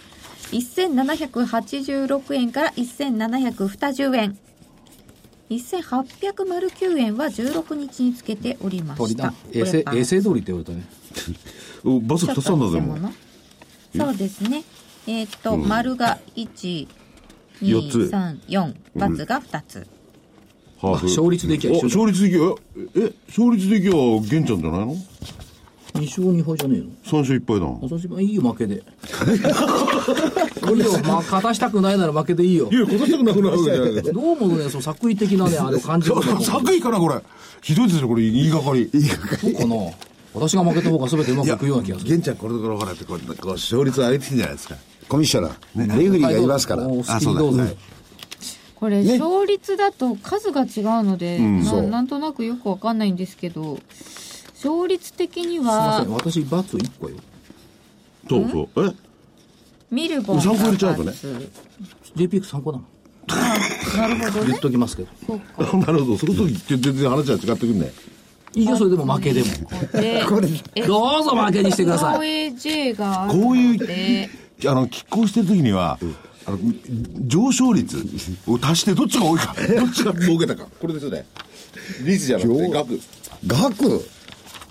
Speaker 8: 1786円から1720円1809円は16日につけておりま
Speaker 2: 鳥
Speaker 8: した
Speaker 2: だ。衛星、衛星通りって言われたね。
Speaker 6: おバス
Speaker 8: ちょ
Speaker 6: 2
Speaker 8: っ
Speaker 6: つあんだ
Speaker 8: と
Speaker 6: ぜ
Speaker 8: 偽
Speaker 6: もう
Speaker 8: 物そうですねえーっと、丸が1
Speaker 6: 四つ
Speaker 8: 234バツが2つ、
Speaker 6: ハーフ
Speaker 2: 勝率でいきゃ
Speaker 6: お
Speaker 2: 一緒
Speaker 6: 勝率
Speaker 2: だ
Speaker 6: でいきゃえ勝率でいきゃ玄ちゃんじゃないの
Speaker 2: 2勝2敗じゃねえの
Speaker 6: 三勝一敗だ
Speaker 2: 今年もいいよ、負けで。いいよ、まあ、勝たしたくないなら負けでいいよ
Speaker 6: い。や今年なくなるわけじゃないですか
Speaker 2: どうもね、そう、作為的なね、あれを感じるのかな。そ
Speaker 9: 作為かな、これ。ひどいですよ、これ、言いがかり。
Speaker 2: うかな。私が負けた方が全てうまくいくような気がする。
Speaker 9: げんちゃん、これからほらって、こう、こう勝率上げてきてんじゃないですか。
Speaker 3: コミッショナー、レフェリーがいますから。
Speaker 2: お好
Speaker 9: あ
Speaker 2: き
Speaker 9: そ
Speaker 2: に
Speaker 9: うだ
Speaker 2: どうぞ。
Speaker 9: はい
Speaker 8: これ勝率だと数が違うので、ななんとなくよくわかんないんですけど勝率的に
Speaker 2: すいま
Speaker 8: は
Speaker 2: せん、私、罰1個よ。
Speaker 6: そうそうえ
Speaker 8: 見る本
Speaker 6: 参考入れちゃうとね
Speaker 2: JPX 参考だな。
Speaker 8: なるほど
Speaker 2: 言
Speaker 8: ね
Speaker 2: っときますけど。
Speaker 8: そうか
Speaker 6: なるほどその時って全然話は違ってくんね
Speaker 2: いいよ、それでも負けでも。
Speaker 8: で
Speaker 2: どうぞ負けにしてください。
Speaker 8: OAJ がある
Speaker 9: こう
Speaker 8: の
Speaker 9: い
Speaker 8: で
Speaker 9: う、あの、拮抗してる時には、あの上昇率を足してどっちが多いか、 どっちが儲けたか。
Speaker 6: これですよね率じゃなくて額
Speaker 3: 額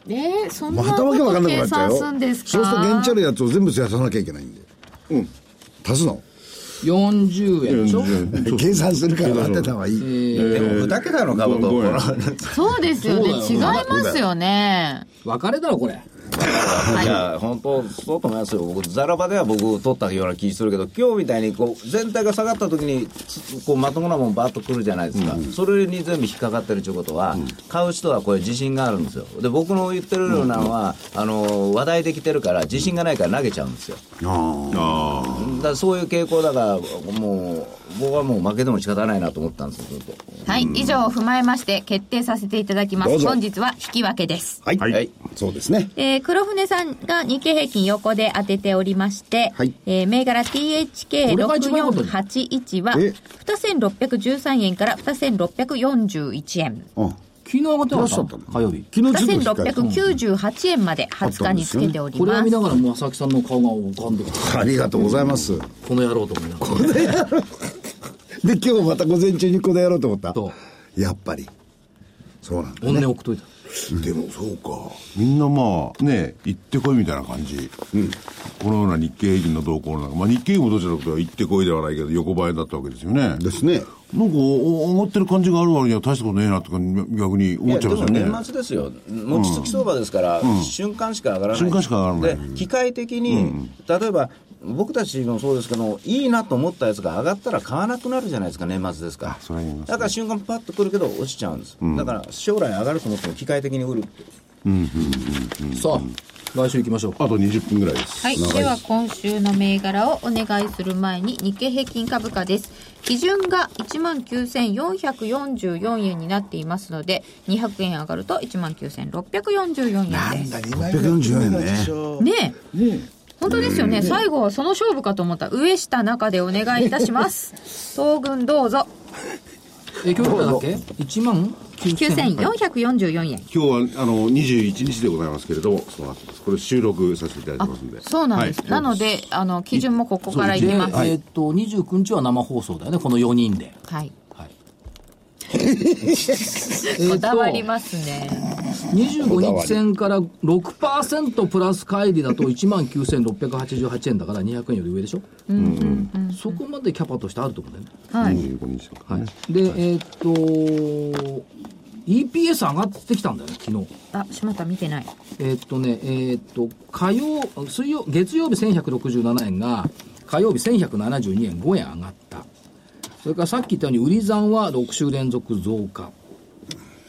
Speaker 8: えそんな
Speaker 3: またわけわか
Speaker 8: こ
Speaker 3: ん
Speaker 8: と
Speaker 3: なくなっ
Speaker 8: 計
Speaker 3: ちゃう
Speaker 8: 算
Speaker 3: よ。
Speaker 8: すんですか
Speaker 3: そうすると、現地あるやつを全部増やさなきゃいけないんで。うん。足すの
Speaker 2: 40円でしょ
Speaker 3: 計算するから当てた方がいい。
Speaker 4: でもふざけたのか僕
Speaker 6: ごめん
Speaker 4: この
Speaker 8: そうですよね違いますよね
Speaker 2: 別れだろ、これ。
Speaker 4: いや、本当、そうと思いますよ。僕、ザラ場では僕、取ったような気するけど、今日みたいに、こう、全体が下がった時に、つこう、まともなもんバーッとくるじゃないですか。それに全部引っかかってるということは、買う人はこれ自信があるんですよ。で、僕の言ってるようなのは、あの、話題できてるから、自信がないから投げちゃうんですよ。だからそういう傾向だから、もう、僕はもう負けても仕方ないなと思ったんですよ、ずっと。
Speaker 8: はい以上を踏まえまして決定させていただきま
Speaker 3: どう
Speaker 8: す
Speaker 3: ぞ
Speaker 8: 本日は引き分けです
Speaker 3: はい。
Speaker 4: はい
Speaker 3: そうですね。
Speaker 8: えー黒船さんが日経平均横で当てておりまして、
Speaker 3: はい
Speaker 8: えー銘柄
Speaker 2: これが一番良かった
Speaker 8: THK6481 は
Speaker 3: え
Speaker 8: 2613円から2641円
Speaker 3: うん。
Speaker 2: 昨日上がってました
Speaker 3: プラスだったの
Speaker 2: 火曜日。
Speaker 3: 昨日ちょっと控えた
Speaker 8: 2698円まで20日につけており
Speaker 2: これを
Speaker 8: ま
Speaker 2: 見
Speaker 8: す
Speaker 2: ながら、もう浅木さんの顔が浮かんできた。
Speaker 3: ありがとうございます。で、
Speaker 2: この野郎と思いながら。
Speaker 3: 今日また午前中にこれやろうと思った
Speaker 2: そ。
Speaker 3: やっぱり。そうなんだ。
Speaker 2: 本音送っといた。
Speaker 5: でもそうかみんなまあね行ってこいみたいな感じ、このような日経平均の動向の中、まあ、日経平均もどちらかというと行ってこいではないけど横ばいだったわけですよね
Speaker 3: ですね。
Speaker 5: なんかおお上がってる感じがある割には大したことねえなとか逆に
Speaker 4: い
Speaker 5: 思っ
Speaker 4: や
Speaker 5: ちゃ
Speaker 4: で
Speaker 5: います
Speaker 4: も
Speaker 5: よね
Speaker 4: 年末ですよ、持ちつき相場ですから、瞬間しか上がらない、
Speaker 5: 瞬間しか上がらない
Speaker 4: で機械的に、例えば僕たちのそうですけど、いいなと思ったやつが上がったら買わなくなるじゃないですか、年末ですから、
Speaker 5: それは言いますね
Speaker 4: だから瞬間、パッとくるけど、落ちちゃうんです、だから将来上がると思っても、機械的に売るって、
Speaker 2: さあ、来週行きましょう。
Speaker 6: あと20分ぐらいです
Speaker 8: はい、では今週の銘柄をお願いする前に日経平均株価です基準が19,444円になっていますので200円上がると19,644円です
Speaker 3: 644円ね。
Speaker 8: ねえ、本当ですよね最後はその勝負かと思った上下中でお願いいたします東軍どうぞ
Speaker 2: え、今日いくらだっけ ?1 万9000
Speaker 8: 9444円
Speaker 6: 今日はあの21日でございますけれどもそうなんですこれ収録させていただいてますんで
Speaker 8: そうなんです、
Speaker 6: はい
Speaker 8: なのであの基準もここからいき
Speaker 2: で、
Speaker 8: ます、
Speaker 2: えっと、29日は生放送だよね、この4人で。
Speaker 8: はい
Speaker 2: はい。
Speaker 8: こだわりますね
Speaker 2: 25日線から6%プラス乖離だと1万9688円だから200円より上でしょ、そこまでキャパとしてあると思うんだよね、
Speaker 8: はい、
Speaker 6: 25日とか
Speaker 2: はいで、えーっと EPS 上がってきたんだよね昨日
Speaker 8: あ島田見てない
Speaker 2: えーっとねえーっと火曜水曜月曜日1167円が火曜日1172円5円上がったそれからさっき言ったように売り算は6週連続増加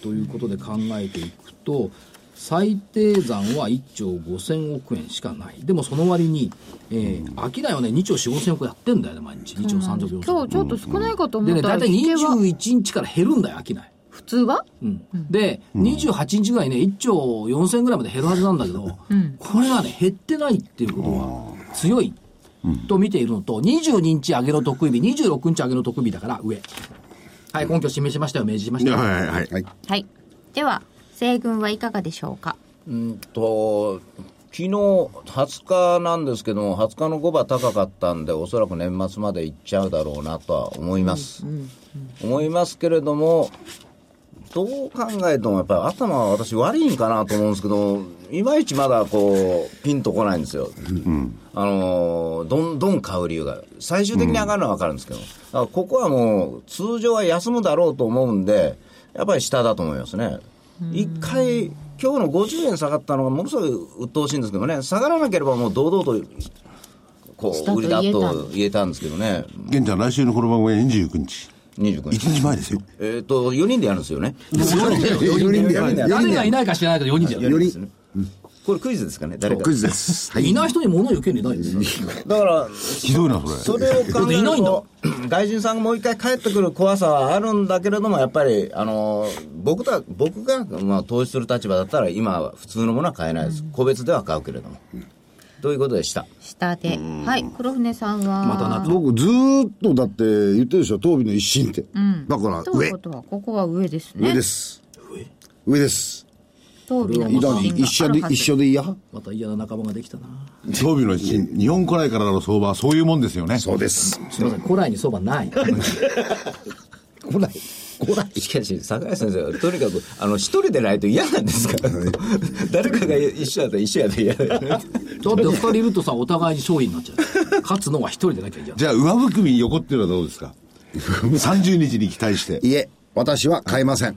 Speaker 2: ということで考えていくと最低算は1兆5000億円しかないでもその割に、えー、商いはね2兆4 5千億やってんだよね毎日2兆3兆4千
Speaker 8: 今日
Speaker 2: 億
Speaker 8: ちょっと少ないかと
Speaker 2: で
Speaker 8: 思
Speaker 2: ね
Speaker 8: ったら
Speaker 2: 大体
Speaker 8: 引けは
Speaker 2: 21日から減るんだよ商い
Speaker 1: 普通は
Speaker 2: うんで、28日ぐらいね、1兆4000ぐらいまで減るはずなんだけど、これがね、減ってないっていうことが強いと見ているのと、22日上げの得意日、26日上げの得意日だから上。はい、根拠示しましたよ、明示しましたよ。
Speaker 5: はいはい。
Speaker 3: はい。
Speaker 8: はい。では、西軍はいかがでしょうか
Speaker 4: うんと昨日20日なんですけども20日の5番高かったんでおそらく年末まで行っちゃうだろうなとは思います、思いますけれどもどう考えてもやっぱり頭は私悪いんかなと思うんですけどいまいちまだこうピンとこないんですよ、あのーどんどん買う理由が最終的に上がるのは分かるんですけど、だからここはもう通常は休むだろうと思うんでやっぱり下だと思いますね一回今日の50円下がったのがものすごい鬱陶しいんですけどね下がらなければもう堂々とこ
Speaker 8: 下
Speaker 4: う
Speaker 8: と
Speaker 4: 売り
Speaker 8: 言えた
Speaker 4: だと言えたんですけどね
Speaker 5: 玄ちゃん、来週のこの番組は29日。
Speaker 4: 29
Speaker 5: 1日前ですよ。
Speaker 4: えっ、と4人でやるんですよね
Speaker 3: 4人でやるんだよ。
Speaker 2: 誰がいないか知らないけど4人じゃ
Speaker 3: よ
Speaker 2: ん。
Speaker 3: り
Speaker 4: ですねこれクイズですかね誰か
Speaker 3: クイズです。はい
Speaker 2: いない人に物を言う権利ないんですよ。
Speaker 4: だから
Speaker 5: ひどいな、それ。
Speaker 4: それを考え
Speaker 2: いない
Speaker 4: る
Speaker 2: んだ
Speaker 4: と、外人さんがもう一回帰ってくる怖さはあるんだけれども、やっぱり、あの、僕だ、僕が、まあ、投資する立場だったら、今は普通のものは買えないです。個別では買うけれども。ということでした。
Speaker 8: 下で。はい。黒船さんは。
Speaker 2: またな
Speaker 3: 僕ずーっとだって言ってるでしょ、東美の一心って。だから
Speaker 8: と
Speaker 3: 上
Speaker 8: いうこ。とは、ここは上ですね。
Speaker 3: 上です。上です。
Speaker 8: 東美の
Speaker 3: い
Speaker 8: 一
Speaker 3: らん
Speaker 8: 心が
Speaker 3: 一緒
Speaker 8: あ
Speaker 3: で
Speaker 8: るは、ず
Speaker 3: 一緒でいいや
Speaker 2: また嫌な仲間ができたな。
Speaker 5: 興味の一日日本古来からの相場はそういうもんですよね。
Speaker 3: そうです。
Speaker 2: すみません、古来に相場ない。
Speaker 3: 来ない。来ない。
Speaker 4: しかし、坂井先生は、とにかく、あの、一人でないと嫌なんですから。誰かが一緒やったら一緒やったら嫌だよね。
Speaker 2: だって二人いるとさ、お互いに商品になっちゃう。勝つのは一人でなきゃいけない。
Speaker 5: じゃあ、上含み横っていうのはどうですか ?30 日に期待して。
Speaker 3: いえ、私は買えません。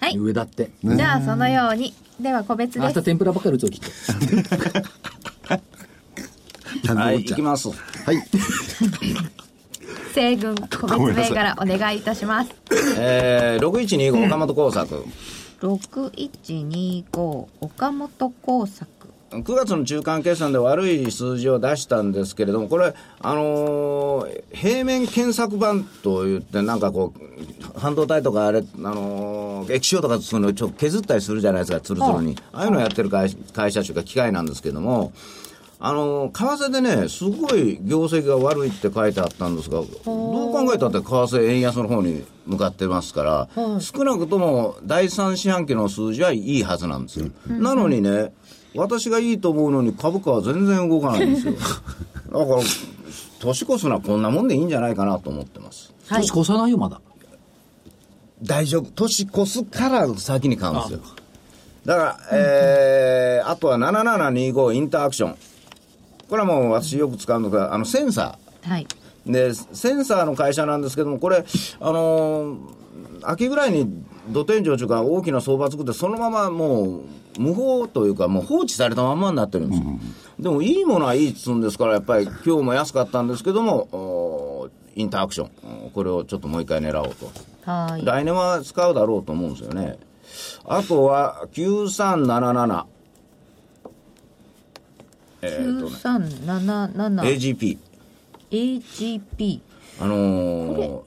Speaker 8: はい。
Speaker 2: 上だって。
Speaker 8: じゃあ、そのように。では、個別
Speaker 2: 明日
Speaker 8: です。
Speaker 2: 天ぷらばっかり打つよ、きっと。
Speaker 4: はい、行きます。
Speaker 3: はい。
Speaker 8: 西軍、個別銘柄お願いいたします。
Speaker 4: えー、6125岡本工作。
Speaker 8: 6125、岡本工作。
Speaker 4: 9月の中間決算で悪い数字を出したんですけれども、これ、あのー平面検索版といって、なんかこう、半導体とかあれ、あのー液晶とかそういうのをちょっと削ったりするじゃないですか、つるつるに。ああいうのをやってる会会社というか、機械なんですけども、あのー為替でね、すごい業績が悪いって書いてあったんですが、どう考えたって為替円安の方に向かってますから、少なくとも第3四半期の数字はいいはずなんですよ。なのにね、私がいいと思うのに株価は全然動かないんですよ。だから、年越すのはこんなもんでいいんじゃないかなと思ってます。
Speaker 2: 年越さないよ、まだ。
Speaker 4: 大丈夫。年越すから先に買うんですよ。だから、えー、あとは7725インターアクション。これはもう私よく使うのが、あの、センサー。
Speaker 8: はい。
Speaker 4: でセンサーの会社なんですけども、これ、あのー秋ぐらいに土天井というか、大きな相場作って、そのままもう無法というか、もう放置されたまんまになってるんですよ。でもいいものはいいっつうんですから、やっぱり今日も安かったんですけども、おーインターアクション、おこれをちょっともう一回狙おうと。
Speaker 8: はい。
Speaker 4: 来年は使うだろうと思うんですよね。あとは、9377、
Speaker 8: 9377
Speaker 4: AGP。
Speaker 8: AGP
Speaker 4: あのー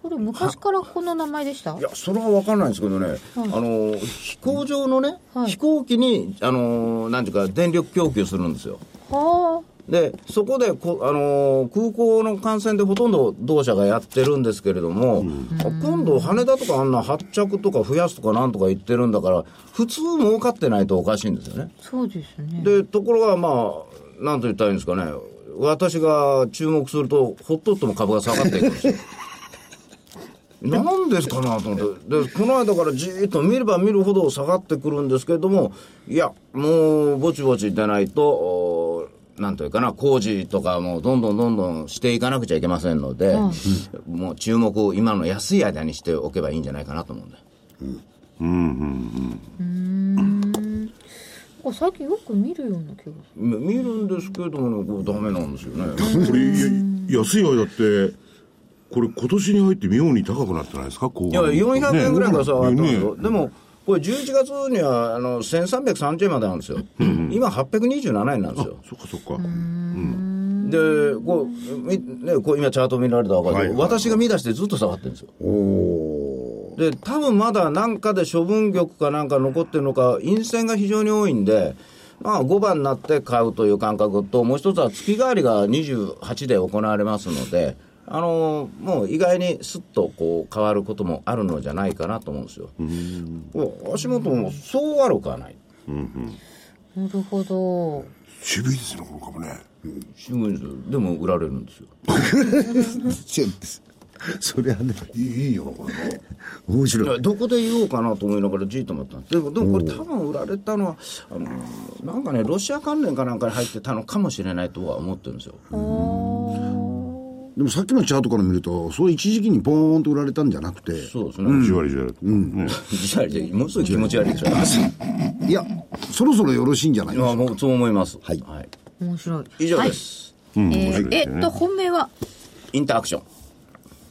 Speaker 8: これ昔からこの名前でした
Speaker 4: いや、それは分かんないんですけどね、あの飛行場のね、
Speaker 8: はい
Speaker 4: 飛行機に、あのなんていうか、電力供給するんですよ。
Speaker 8: は
Speaker 4: で、そこでこ、あの空港の幹線でほとんど同社がやってるんですけれども、今度、羽田とかあんな発着とか増やすとかなんとか言ってるんだから、普通儲かってないとおかしいんですよね。
Speaker 8: あそうですね
Speaker 4: で、ところが、まあ、なんと言ったらいいんですかね、私が注目すると、ほっとっても株が下がっていくん ですよ。なんですかなと思って、でこの間からじーっと見れば見るほど下がってくるんですけれども、いや、もうぼちぼち出ないと、おーなんというかな、工事とかもどんどんどんどんしていかなくちゃいけませんので、もう注目を今の安い間にしておけばいいんじゃないかなと思うんで。
Speaker 8: なんか最近よく見るような気が
Speaker 4: み見るんですけれどもね、こうダメなんですよね。
Speaker 5: これ、いや安い間って、これ今年に入って妙に高くなってないですか後
Speaker 4: いや、
Speaker 5: 半
Speaker 4: 400円ぐらいからさ、上がってますよ。
Speaker 5: ね
Speaker 4: でも、これ11月には、あの、1330円までなんですよ。今、827円なんですよ。
Speaker 5: そっかそっか。
Speaker 4: で、こう、みね、こう今、チャート見られたわかるけど、私が見出してずっと下がってるんですよ。
Speaker 3: おー。
Speaker 4: で、多分まだなんかで処分玉かなんか残ってるのか、陰線が非常に多いんで、まあ5番になって買うという感覚と、もう一つは月替わりが28で行われますので、あのもう意外にすっとこう変わることもあるのじゃないかなと思うんですよ。お足元もそう悪くはない。
Speaker 8: なるほど。
Speaker 9: 渋いですね、この株ね。
Speaker 4: 渋いんですよでも売られるんですよ。
Speaker 3: ちょっと それはね、
Speaker 9: いいいいよな、これな。
Speaker 3: 面
Speaker 4: い
Speaker 3: 白
Speaker 4: や
Speaker 3: い。
Speaker 4: どこで言おうかなと思いながらじっと思ったんですでもでもこれ多分売られたのはあのなんかねロシア関連かなんかに入ってたのかもしれないとは思ってるんですよ
Speaker 3: でもさっきのチャートから見ると、そう一時期にポーンと売られたんじゃなくて、
Speaker 4: そうですね
Speaker 5: 10割10割うん。ね
Speaker 4: 実際でものすごい気持ち悪いでしょ
Speaker 3: いや、そろそろよろしいんじゃない
Speaker 4: いやもうそう思いますはい、
Speaker 8: 面白い。
Speaker 4: 以上です、
Speaker 5: うん
Speaker 8: え
Speaker 5: 面白い
Speaker 8: ー
Speaker 5: で
Speaker 8: え
Speaker 5: すよ
Speaker 8: っ
Speaker 5: ね
Speaker 8: と、本命は、
Speaker 4: インターアクション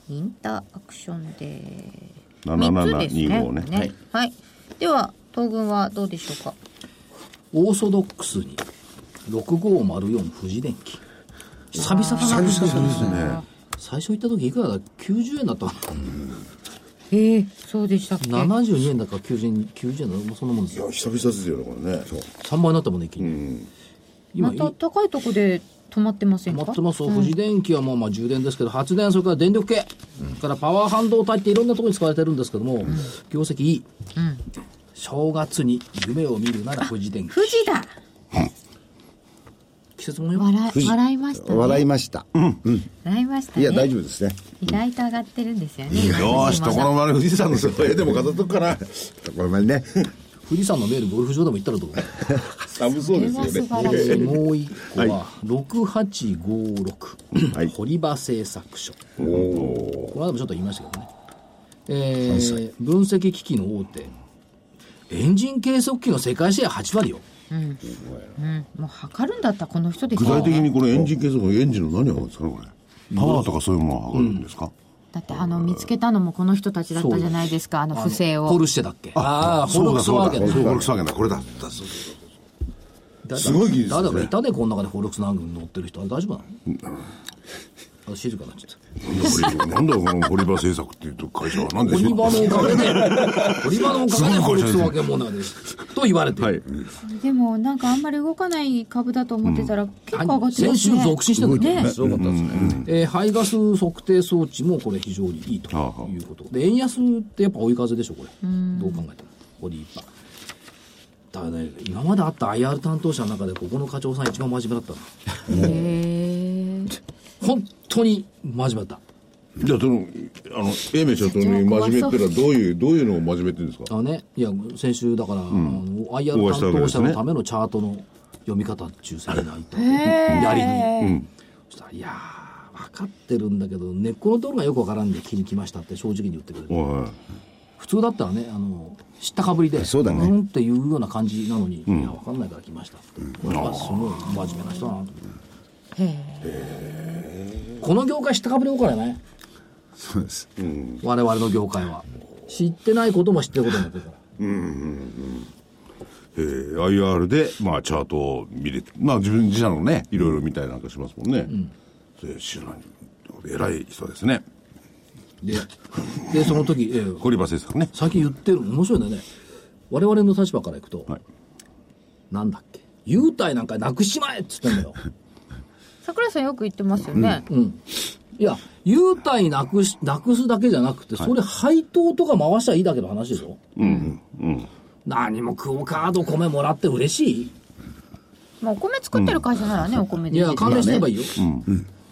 Speaker 8: インターアクションで、三つです
Speaker 5: 7725ね
Speaker 4: はい
Speaker 8: はい。では、東軍はどうでしょうか。
Speaker 2: オーソドックスに6504富士電機久々だな久々ですね最初行った時いくらだ90円だったか
Speaker 8: ええそうでしたっけ
Speaker 2: な72円だか90円90円だかもうそんなもんです
Speaker 5: い
Speaker 2: よ
Speaker 5: や久々ですよねこれね
Speaker 2: 3倍になったもんね金利、今
Speaker 8: また高いとこで止まってませんか
Speaker 2: 待ってますよ富士電機はまあまあ充電ですけど発電それから電力系、からパワー半導体っていろんなところに使われてるんですけども、業績いい、正月に夢を見るなら富士電機
Speaker 8: 富士だ
Speaker 2: 季節もんよ
Speaker 8: 笑い
Speaker 3: 士
Speaker 8: 笑いました、ね、
Speaker 3: 笑いました。
Speaker 8: 笑いました
Speaker 3: い
Speaker 8: ね
Speaker 3: や、大丈夫ですね。
Speaker 8: 意外と上がってるんですよね
Speaker 9: よーし、ところまで富士山の外へでも飾っとくかな。
Speaker 3: ごめんね。
Speaker 2: 富士山のメールゴルフ場でも行ったら どう
Speaker 6: 寒そうですよね。
Speaker 2: でもう一個は6856、堀場製作所これはでもちょっと言いましたけどね、えー、分析機器の大手エンジン計測器の世界シェア8割よ
Speaker 8: もう測るんだったらこの人です
Speaker 5: 具
Speaker 8: よ
Speaker 5: 体的にこのエンジン計測エンジンの何が上がるんですかねこれパワーとかそういうものが上がるんですか、
Speaker 8: だってあの見つけたのもこの人たちだったじゃないですかあの不正
Speaker 2: ポ
Speaker 8: を
Speaker 2: ルシェだっけああー
Speaker 5: そ
Speaker 2: ホ
Speaker 5: う
Speaker 2: ル
Speaker 5: だ
Speaker 2: クスワーゲ
Speaker 5: そうだそ
Speaker 2: ンだ
Speaker 5: うだフォルクスワーゲンだこれだ
Speaker 9: だそうです
Speaker 2: す
Speaker 5: ごい技術です
Speaker 2: 誰
Speaker 5: ね
Speaker 2: かいたねこの中でホルクスワーゲン乗ってる人あれ大丈夫なのあ静かになっちゃった
Speaker 5: なんだよこの堀場製作っていうと会社は何で
Speaker 2: オ
Speaker 5: しょ
Speaker 2: リ
Speaker 5: う
Speaker 2: バのおかげで、オリバのおかげで、
Speaker 5: す
Speaker 2: ホ
Speaker 5: ごい
Speaker 2: ルクス
Speaker 5: 会社ですね
Speaker 2: ワーゲンもんなんです。と言われてる。
Speaker 8: でもなんかあんまり動かない株だと思ってたら結構上がってま
Speaker 2: 先
Speaker 8: す
Speaker 2: 週
Speaker 8: ね
Speaker 2: 続伸してるんだよね
Speaker 8: ね
Speaker 4: すごかったですね、
Speaker 2: えー排ガス測定装置もこれ非常にいいということで円安ってやっぱ追い風でしょこれどう考えてもオリーパだからね今まであった IR 担当者の中でここの課長さん一番真面目だったな本当に真面目だった
Speaker 6: じゃあ、その、あの、英明社長に真面目ってのはどういう、どういうのを真面目って言うんですか
Speaker 2: あのねいや先週だから、あの
Speaker 5: お
Speaker 2: IR
Speaker 5: 会いした
Speaker 2: 担
Speaker 5: わけ
Speaker 2: 当
Speaker 5: です
Speaker 2: 者
Speaker 5: ね
Speaker 2: のためのチャートの読み方中性なったやりに、そしたら「いやー分かってるんだけど根っこのところがよく分からんで気に来ました」って正直に言ってくれる
Speaker 5: おい
Speaker 2: 普通だったらねあの知ったかぶりで
Speaker 3: そうだね
Speaker 2: んっていうような感じなのに、いや分かんないから来ましたって、これはすごい真面目な人だなと思ってこの業界知ったかぶり多からね
Speaker 3: そうです。
Speaker 2: 我々の業界は知ってないことも知ってることになってるから
Speaker 5: えー IR で、まあ、チャートを見れて、まあ、自分自社のね、いろいろ見たりなんかしますもんね。それ知らない。偉い人ですね。
Speaker 2: ででその時、えー
Speaker 5: 堀場製作ね。
Speaker 2: 最近言ってる面白いんだよね我々の立場からいくと、
Speaker 5: はい
Speaker 2: なんだっけ優待なんかなくしまえっつってんだよ
Speaker 8: 桜井さんよく言ってますよね、
Speaker 2: いや優待なくしなくすだけじゃなくて、それ配当とか回したらいいだけの話でしょうんうん何もクオカード米もらって嬉しい
Speaker 8: まあ、お米作ってる会社ならね、お米
Speaker 2: い
Speaker 8: でいい
Speaker 2: や
Speaker 8: です
Speaker 2: 関連してればい
Speaker 8: ね
Speaker 2: いよ、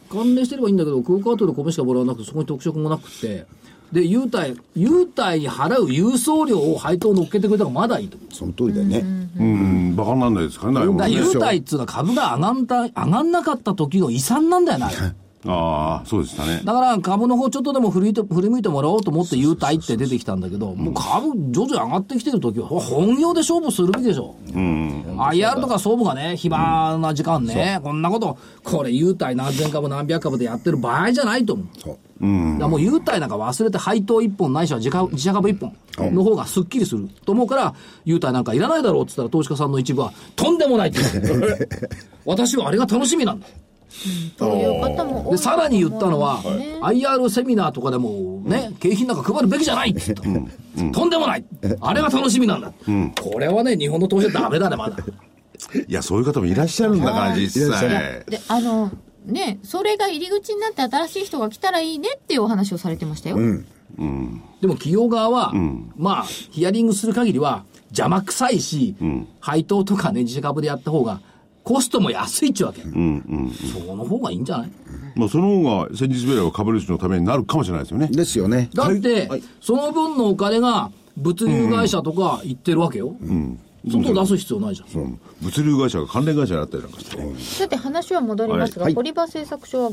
Speaker 2: 関連してればいいんだけどクオカードで米しかもらわなくてそこに特色もなくてで優待優待に払う郵送料を配当乗っけてくれたらまだいいと
Speaker 3: その通りだよね。
Speaker 5: うん、バカになんないですからね、ああいうも
Speaker 2: だ
Speaker 5: の
Speaker 2: から
Speaker 5: ね
Speaker 2: 優待っつうのは株が上がんた上がんなかった時の遺産なんだよな。
Speaker 5: ああ、そうでしたね。
Speaker 2: だから株の方ちょっとでも振りと振り向いてもらおうと思って優待って出てきたんだけど、もう株徐々に上がってきてる時は本業で勝負するべきでしょ。IR とか総務がね、暇な時間ね、こんなこと、これ優待何千株何百株でやってる場合じゃないと思う。
Speaker 3: そう。
Speaker 2: だからもう優待なんか忘れて配当1本ないしは自家自社株1本の方がすっきりすると思うから、優待なんかいらない だろうって言ったら投資家さんの一部は、とんでもないって言う私はあれが楽しみなんだ。
Speaker 8: という方も多い
Speaker 2: で、さらに言ったのは、
Speaker 8: と思うんですね
Speaker 2: IR セミナーとかでも、ね、景品なんか配るべきじゃないって言ったとんでもないあれが楽しみなんだ。これはね、日本の投資はダメだね、まだ。
Speaker 9: いや、そういう方もいらっしゃるんだから、実際。
Speaker 8: であのねそれが入り口になって新しい人が来たらいいねっていうお話をされてましたよ、
Speaker 2: でも企業側は、まあ、ヒアリングする限りは、邪魔くさいし、配当とかね、自社株でやった方が、コストも安いっちゅうわけ。その方がいいんじゃない
Speaker 5: まあ、その方が先日ベレは株主のためになるかもしれないですよね。
Speaker 3: ですよね。
Speaker 2: だって、その分のお金が物流会社とか行ってるわけよ。外出す必要ないじゃん。
Speaker 5: 物流会社が関連会社になったりなんかして。
Speaker 8: さて話は戻りますが、堀場製作所は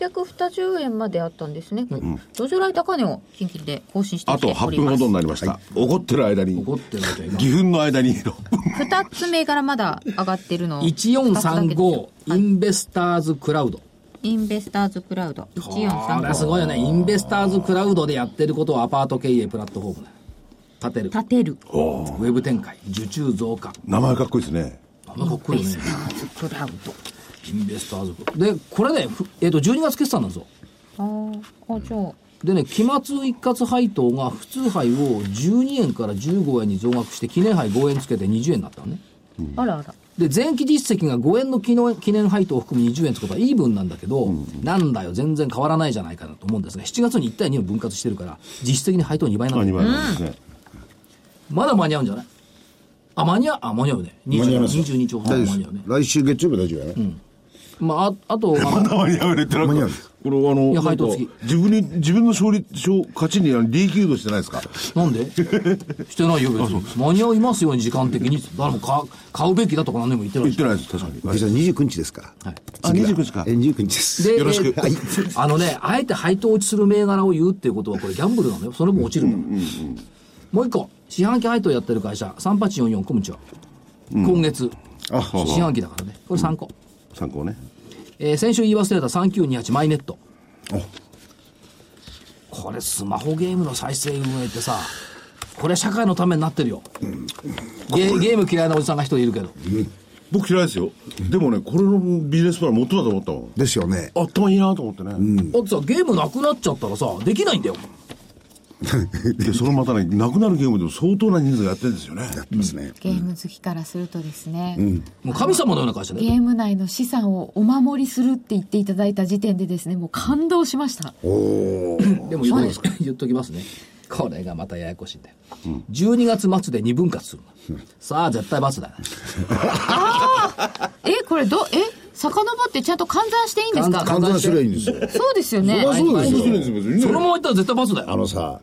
Speaker 8: 5620円まであったんですね、路上来高値を近々で更新して
Speaker 5: あ
Speaker 8: きて
Speaker 5: と
Speaker 8: お
Speaker 5: 8
Speaker 8: り
Speaker 5: 分
Speaker 8: ま
Speaker 5: ほ
Speaker 8: す
Speaker 5: どになりました。怒ってる間に
Speaker 2: 怒、ってるわけよ今
Speaker 5: 岐阜の間に6分。
Speaker 8: 2つ銘柄まだ上がってるの
Speaker 2: 1435イ
Speaker 8: はい
Speaker 2: ンベスターズクラウド。
Speaker 8: インベスターズクラウド
Speaker 2: これす
Speaker 8: 1435
Speaker 2: ごいよね。インベスターズクラウドでやってることをアパート経営プラットフォームだ。立てる。
Speaker 8: 立てる
Speaker 2: ウェブ展開。受注増加。
Speaker 5: 名前かっこいいですね。
Speaker 2: あんまかっこいいよね。
Speaker 8: クラウド
Speaker 2: インベスターズクラウド。で、これね、ふえっ、と、12月決算なんですよ。
Speaker 8: あーあじゃあ
Speaker 2: でね、期末一括配当が普通配を12円から15円に増額して、記念杯5円つけて20円になったのね。
Speaker 8: あらあら
Speaker 2: で、前期実績が5円の記念記念配当を含む20円ってことはイーブンなんだけど、なんだよ、全然変わらないじゃないかなと思うんですが、7月に1対2を分割してるから、実質的に配当2倍な
Speaker 5: あ、
Speaker 2: んだ
Speaker 5: 2
Speaker 2: よ。
Speaker 5: 番なんですね。
Speaker 2: まだ間に合うんじゃないあ、間に合う、あ、間に合うね。
Speaker 3: 間に
Speaker 2: 20
Speaker 3: 合いますよ
Speaker 2: 22兆ほど
Speaker 3: 大
Speaker 2: 間
Speaker 3: 丈
Speaker 2: に合
Speaker 3: 夫
Speaker 2: うね
Speaker 3: です。。来週月曜日大丈夫やね。
Speaker 2: まあ、ああと、まあ
Speaker 5: 頭にやめれてなんか
Speaker 3: 間に合う
Speaker 5: これあの
Speaker 2: いや
Speaker 5: なん
Speaker 2: 配
Speaker 5: か
Speaker 2: 当付き
Speaker 5: 自分に自分の勝利勝勝ちにあの利益誘導してないですか
Speaker 2: なんでしてないよ、別に。間に合いますように、時間的に。誰もか買うべきだとか何でも言ってない
Speaker 5: 言っ
Speaker 2: して
Speaker 5: ないです確かに
Speaker 3: 私は29日ですから。
Speaker 2: はい
Speaker 5: あ29日か
Speaker 3: え29日です。
Speaker 2: で、
Speaker 5: よろしく
Speaker 2: えー あのね、あえて配当落ちする銘柄を言うっていうことは、これギャンブルなのよ。それも落ちるんだから。もう一個、四半期配当やってる会社、3844、コムチは、今月、
Speaker 5: あそう
Speaker 2: 四半期だからね。これ3個。
Speaker 5: 参考ね
Speaker 2: えー先週言い忘れた3928マイネット。これスマホゲームの再生運営ってさ、これ社会のためになってるよ。ゲゲーム嫌いなおじさんが一人いるけど。
Speaker 5: 僕嫌いですよでもねこれのビジネスプラン元だと思ったもん
Speaker 3: ですよね。
Speaker 5: あ頭いいなと思ってね、
Speaker 2: だってさ、ゲームなくなっちゃったらさ、できないんだよ。
Speaker 5: でそのまたねなくなるゲームでも相当な人数がやってるんですよね
Speaker 3: ですね。
Speaker 7: ゲーム好きからするとですね、
Speaker 2: もう神様のような会社だ
Speaker 7: ゲ
Speaker 2: よ。
Speaker 7: ーム内の資産をお守りするって言っていただいた時点でですね、もう感動しました。
Speaker 2: でも言っと 言っときますね。これがまたややこしいんだよ。12月末で2分割するの。さあ、絶対罰だよ。
Speaker 8: えこれどえ遡ってちゃんと換算していいんですか
Speaker 3: 換算すればいいんですよ。
Speaker 8: そうですよね
Speaker 3: そうですよ。
Speaker 2: そのまま言ったら絶対罰だ
Speaker 3: あ
Speaker 2: よ。
Speaker 3: のさ、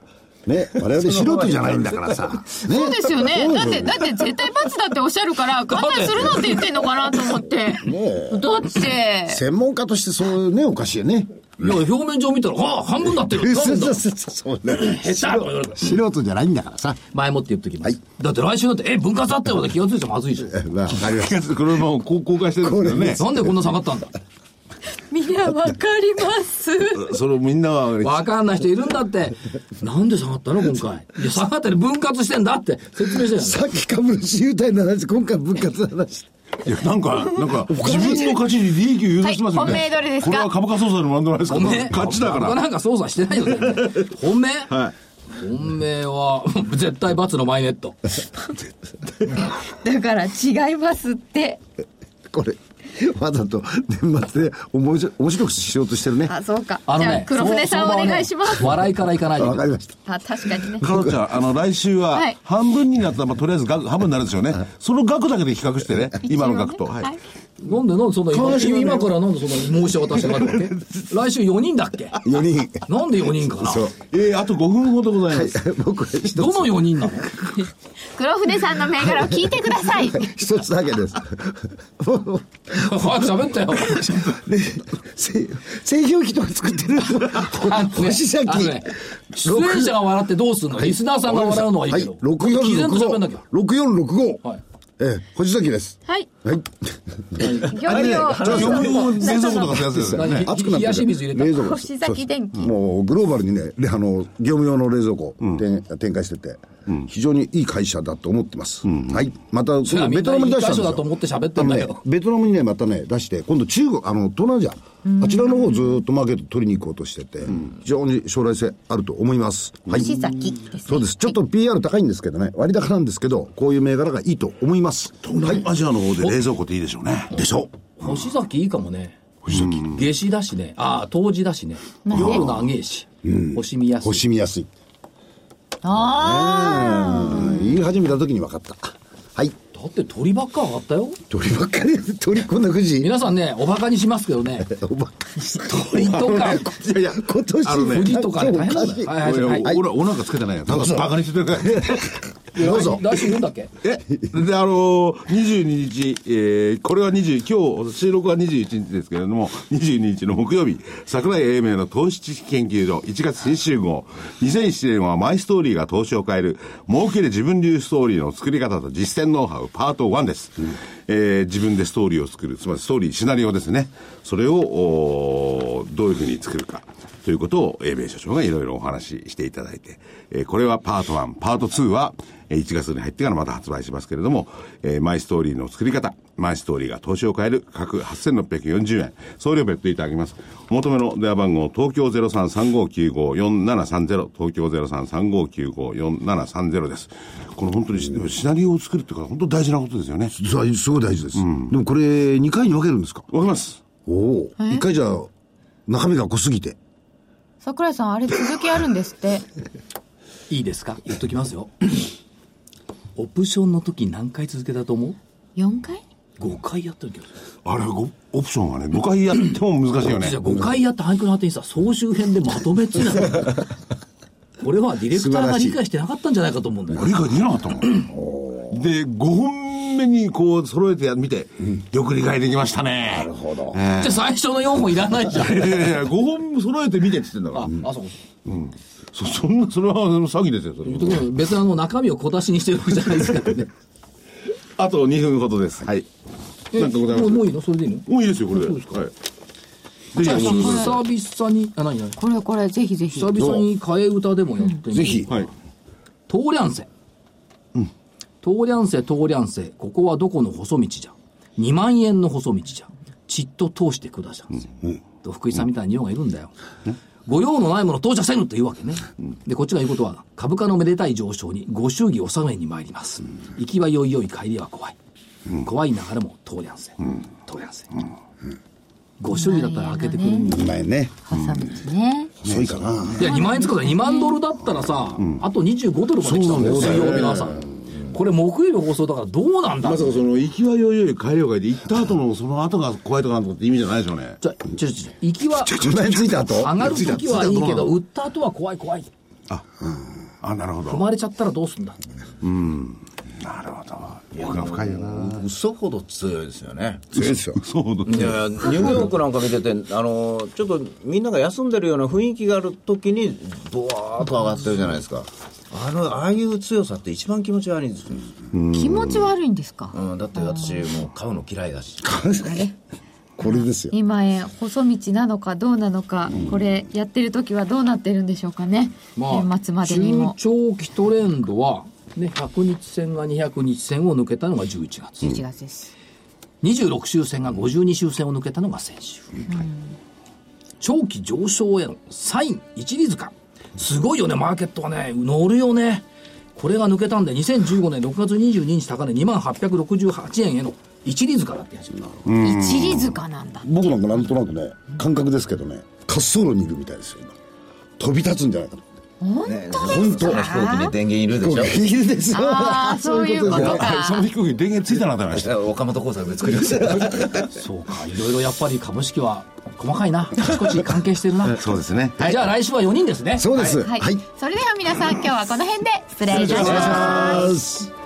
Speaker 3: ね、我々素人じゃないんだからさ。ね、
Speaker 8: そうですよね。
Speaker 3: そう
Speaker 8: だっ
Speaker 3: よ
Speaker 8: て、だって絶対罰だっておっしゃるから、勘弁するなって言ってんのかなと思って。だって、
Speaker 3: 専門家としてそうね、おかしいよね。
Speaker 2: いや、表面上見たら、ああ、半分になってる。
Speaker 3: そ
Speaker 2: な
Speaker 3: うんそう
Speaker 2: だ
Speaker 3: そうそうね
Speaker 2: 下手とか言われるから
Speaker 3: 素人じゃないんだからさ。
Speaker 2: 前もって言っときます。だって来週だって、え、分割あったよって気がついてまずいじゃん。
Speaker 3: え まあ、わかりまし
Speaker 5: これもこう公開してるんですよ
Speaker 2: な
Speaker 5: ね
Speaker 2: んでこんな下がったんだ
Speaker 8: みんなわかります。
Speaker 5: それみんなは
Speaker 2: わかんない人いるんだって。なんで下がったの今回。いや、下がったり分割してんだって説明してる
Speaker 3: た。さっき株主優待の話、今回分割の話。
Speaker 5: いやなんかなんか自分の勝ちに利益を誘導してますよね、
Speaker 8: はい本命どれですか
Speaker 5: これは株価操作のマンドないですか
Speaker 2: 本
Speaker 5: ら
Speaker 2: 命
Speaker 5: 勝ちだか
Speaker 2: 僕
Speaker 5: ら
Speaker 2: なんか操作してないよね。本命
Speaker 5: はい
Speaker 2: 本命は、 絶対罰のマイネット。
Speaker 8: だから違いますって。
Speaker 3: これ、わざと年末で面白面白くしようとしてるね。
Speaker 8: あ、そうか。
Speaker 2: あ
Speaker 8: じ
Speaker 2: の
Speaker 8: ゃあ
Speaker 2: ね、、
Speaker 8: 黒船さ
Speaker 2: その
Speaker 8: んお
Speaker 2: 場はね
Speaker 8: 願いします。
Speaker 2: 笑いからいかないで
Speaker 3: わ
Speaker 2: くださ
Speaker 3: かり
Speaker 2: い。
Speaker 3: ました。
Speaker 8: あ、確かにね。
Speaker 5: カロちゃん、あの、来週は
Speaker 8: はい、
Speaker 5: 半分になったら、まあ、とりあえず額、半分になるでしょうね。その額だけで比較してね、今の額と。はい。
Speaker 2: なんでなんでそんな今今からなんでそんな申し渡してなかった わけ来週4人だっけ
Speaker 3: 4人。
Speaker 2: なんで4人かな
Speaker 3: そう。
Speaker 5: えー、あと5分ほどございます。
Speaker 3: 僕は一つ
Speaker 2: どの4人なの
Speaker 8: 黒船さんの銘柄を聞いてください。
Speaker 3: 一つだけ です。
Speaker 2: 早く喋ったよ。
Speaker 3: ね、せ製氷機とか作ってる
Speaker 2: あのね
Speaker 3: 星崎、
Speaker 2: あのね出演者が笑ってどうすんの、リスナーさんが笑うのはいいけど。
Speaker 3: はい、六四
Speaker 2: 毅然と
Speaker 3: 六
Speaker 2: 喋
Speaker 3: 五
Speaker 2: んなきゃ。
Speaker 3: 六四六五
Speaker 2: はい。
Speaker 3: ええ、星崎です。
Speaker 8: はい。
Speaker 3: はい。
Speaker 8: 業務用、ちょっと
Speaker 5: 冷蔵庫とかそういうやつですよね。
Speaker 2: 何冷やし水入れた。
Speaker 3: 冷蔵庫です
Speaker 8: 星崎電機。
Speaker 3: もうグローバルにね、であの業務用の冷蔵庫、展展開してて、非常にいい会社だと思ってます。はい。また、
Speaker 2: それはみ
Speaker 3: ベ
Speaker 2: ん
Speaker 3: ト
Speaker 2: な
Speaker 3: ナム
Speaker 2: い
Speaker 3: に
Speaker 2: い
Speaker 3: 出し
Speaker 2: 会
Speaker 3: た
Speaker 2: 社
Speaker 3: んで
Speaker 2: だ
Speaker 3: す
Speaker 2: と
Speaker 3: よ
Speaker 2: 思。って喋って
Speaker 3: あ
Speaker 2: ん
Speaker 3: の
Speaker 2: だ
Speaker 3: ね
Speaker 2: よ。、
Speaker 3: ベトナムにね、またね、出して、今度中国、あの、東南アジア、あちらの方をずーっとマーケット取りに行こうとしてて、非常に将来性あると思います。はい。
Speaker 1: 石崎ですね
Speaker 3: そうです。ちょっと PR 高いんですけどね、割高なんですけど、こういう銘柄がいいと思います。
Speaker 5: 東南アジアの方で冷蔵庫っていいでしょうね。
Speaker 3: でしょう。
Speaker 2: 星崎いいかもね。星崎。夏至だしね。ああ、冬至だしね。夜長えし。星見やすい。
Speaker 3: 惜しみやすい。ああ。言い始めた時に分かった。はい。
Speaker 2: だって鳥ばっか上がったよ。
Speaker 3: 鳥ばっかり、鳥こんな富士。
Speaker 2: 皆さんね、おバカにしますけどね。
Speaker 3: おばっかりし
Speaker 2: 鳥とか、
Speaker 3: いやいや、今年
Speaker 5: あのね
Speaker 2: 富士とかね、大変なんだよ。はいはいはい。
Speaker 5: 俺、お腹つけてないよ。なんかバカにしてるから。
Speaker 3: どうぞ。
Speaker 2: 来週言うんだっけ
Speaker 5: え、で、あのー、22日、えーこれは20、今日、収録は21日ですけれども、22日の木曜日、桜井英明の投資知識研究所、1月新集合、2007年はマイストーリーが投資を変える、儲ける自分流ストーリーの作り方と実践ノウハウ、パート1です。えー自分でストーリーを作る、つまりストーリー、シナリオですね。それを、おーどういうふうに作るか。ということを、英米所長がいろいろお話ししていただいて、えーこれはパート1。パート2は、えー1月に入ってからまた発売しますけれども、えーマイストーリーの作り方、マイストーリーが投資を変える価格8640円、送料別途いただきます。お求めの電話番号、東京0335954730、東京0335954730です。この本当にシシナリオを作るっていうから本当大事なことですよね。
Speaker 3: そうすごい大事です。でもこれ、2回に分けるんですか
Speaker 5: わかります
Speaker 3: おお。1回じゃ、中身が濃すぎて。
Speaker 1: 桜井さんあれ続きあるんですって
Speaker 2: いいですか言っときますよ。 オプションの時何回続けたと思う
Speaker 1: 4回
Speaker 2: ?5 回やってるけど。
Speaker 5: あれ、ごオプションはね、5回やっても難しいよね
Speaker 2: じゃ。あ5回やって俳句の果てにさ、総集編でまとめっつうのこれはディレクターが理解してなかったんじゃないかと思うんだよ。
Speaker 5: 理解できなかったもん。で、5本目にこう揃えてや見て、よく理解できましたね。なるほど。
Speaker 2: じゃあ最初の4本いらないじゃん。
Speaker 5: いやいやいや、5本揃えて見てって言ってんだか
Speaker 2: あ、
Speaker 5: ら。
Speaker 2: あ、そうか。
Speaker 5: そ、そんな、それは詐欺ですよ、それ。
Speaker 2: ところで別にあの中身を小出しにしてるわけじゃないですからね。
Speaker 5: あと2分ほどです。はい。
Speaker 2: え
Speaker 5: なんかござい
Speaker 2: もう
Speaker 5: ます
Speaker 2: もういいのそれでいいの
Speaker 5: もういいですよ、これで。
Speaker 2: そうですか
Speaker 5: はい。ぜひ、お願いしま
Speaker 2: 久々に、あ、何何
Speaker 1: これこれぜひぜひ
Speaker 2: 久々に替え歌でもやってみ
Speaker 3: ぜ。ひ
Speaker 5: す。。はい。
Speaker 2: トーリャンセ。うん。トーリャンセ、トーリャンセ、ここはどこの細道じゃ。2万円の細道じゃ。ちっと通してくださんせ。と福井さんみたいな女王がいるんだよ。御用のないもの当社せぬというわけね。で、こっちが言うことは、株価のめでたい上昇にご祝儀納めに参ります。行きはよいよい、帰りは怖い。怖いながらも、トーリャンセ。トーリャンセ。ご祝儀だったら開けてくれる
Speaker 3: 2万円ね。
Speaker 1: 挟むね
Speaker 3: 細いかな。
Speaker 2: いや、2万円使うから2万ドルだったらさ、あと25ドルまで来たんだよ、水曜日の朝。これ、木曜日の放送だからどうなんだ
Speaker 5: まさかその、行きはよいよい帰りを帰って、行った後のその後が怖いとかなんてことって意味じゃないでしょうね。
Speaker 2: じゃ、ちょちょ、行きは、
Speaker 3: 2万円ついた後
Speaker 2: 上がるときはいいけど、
Speaker 5: う
Speaker 2: 売った後は怖い怖い。
Speaker 5: あ、なるほ
Speaker 2: 踏
Speaker 5: ど。
Speaker 2: まれちゃったらどうすんだ。
Speaker 5: なるほど。奥が深いよな。
Speaker 4: 嘘ほど強いですよね
Speaker 3: そうですよ。
Speaker 5: そうだ
Speaker 4: いやいやニューヨークなんか見てて、あのちょっとみんなが休んでるような雰囲気があるときに、ドワーッと上がってるじゃないですか、あのああいう強さって一番気持ち悪いんですよ、
Speaker 1: 気持ち悪いんですか
Speaker 4: うん、だって私、もう買うの嫌いだし、
Speaker 3: これですよ。
Speaker 1: 2万円細道なのかどうなのか、これやってる時はどうなってるんでしょうかね、年末までにも
Speaker 2: 中長期トレンドは、ね、100日線が200日線を抜けたのが11月。
Speaker 1: 11月です、
Speaker 2: 26週線が52週線を抜けたのが先週、長期上昇へのサイン一里塚すごいよねマーケットはね乗るよねこれが抜けたんで2015年6月22日高値2万868円への一里塚だってやつ
Speaker 1: 一里塚なんだ
Speaker 3: 僕なんかなんとなくね、感覚ですけどね、滑走路にいるみたいですよ、今。飛び立つんじゃないかと。
Speaker 4: 本当の飛行機に電源いるでしょ。
Speaker 3: いるですよ。
Speaker 1: ああそういうこと
Speaker 5: はいその
Speaker 1: か
Speaker 5: 飛行機電源ついたなと思いました。
Speaker 4: 岡本工作で作りました
Speaker 2: そうかいろいろやっぱり株式は細かいなあちこち関係して るな
Speaker 5: そうですね。
Speaker 2: じゃあ来週は4人ですね
Speaker 3: そうです。
Speaker 1: はい、
Speaker 3: はい。
Speaker 1: それでは皆さん今日はこの辺で失礼いたし
Speaker 3: お
Speaker 1: ます
Speaker 3: 願いします。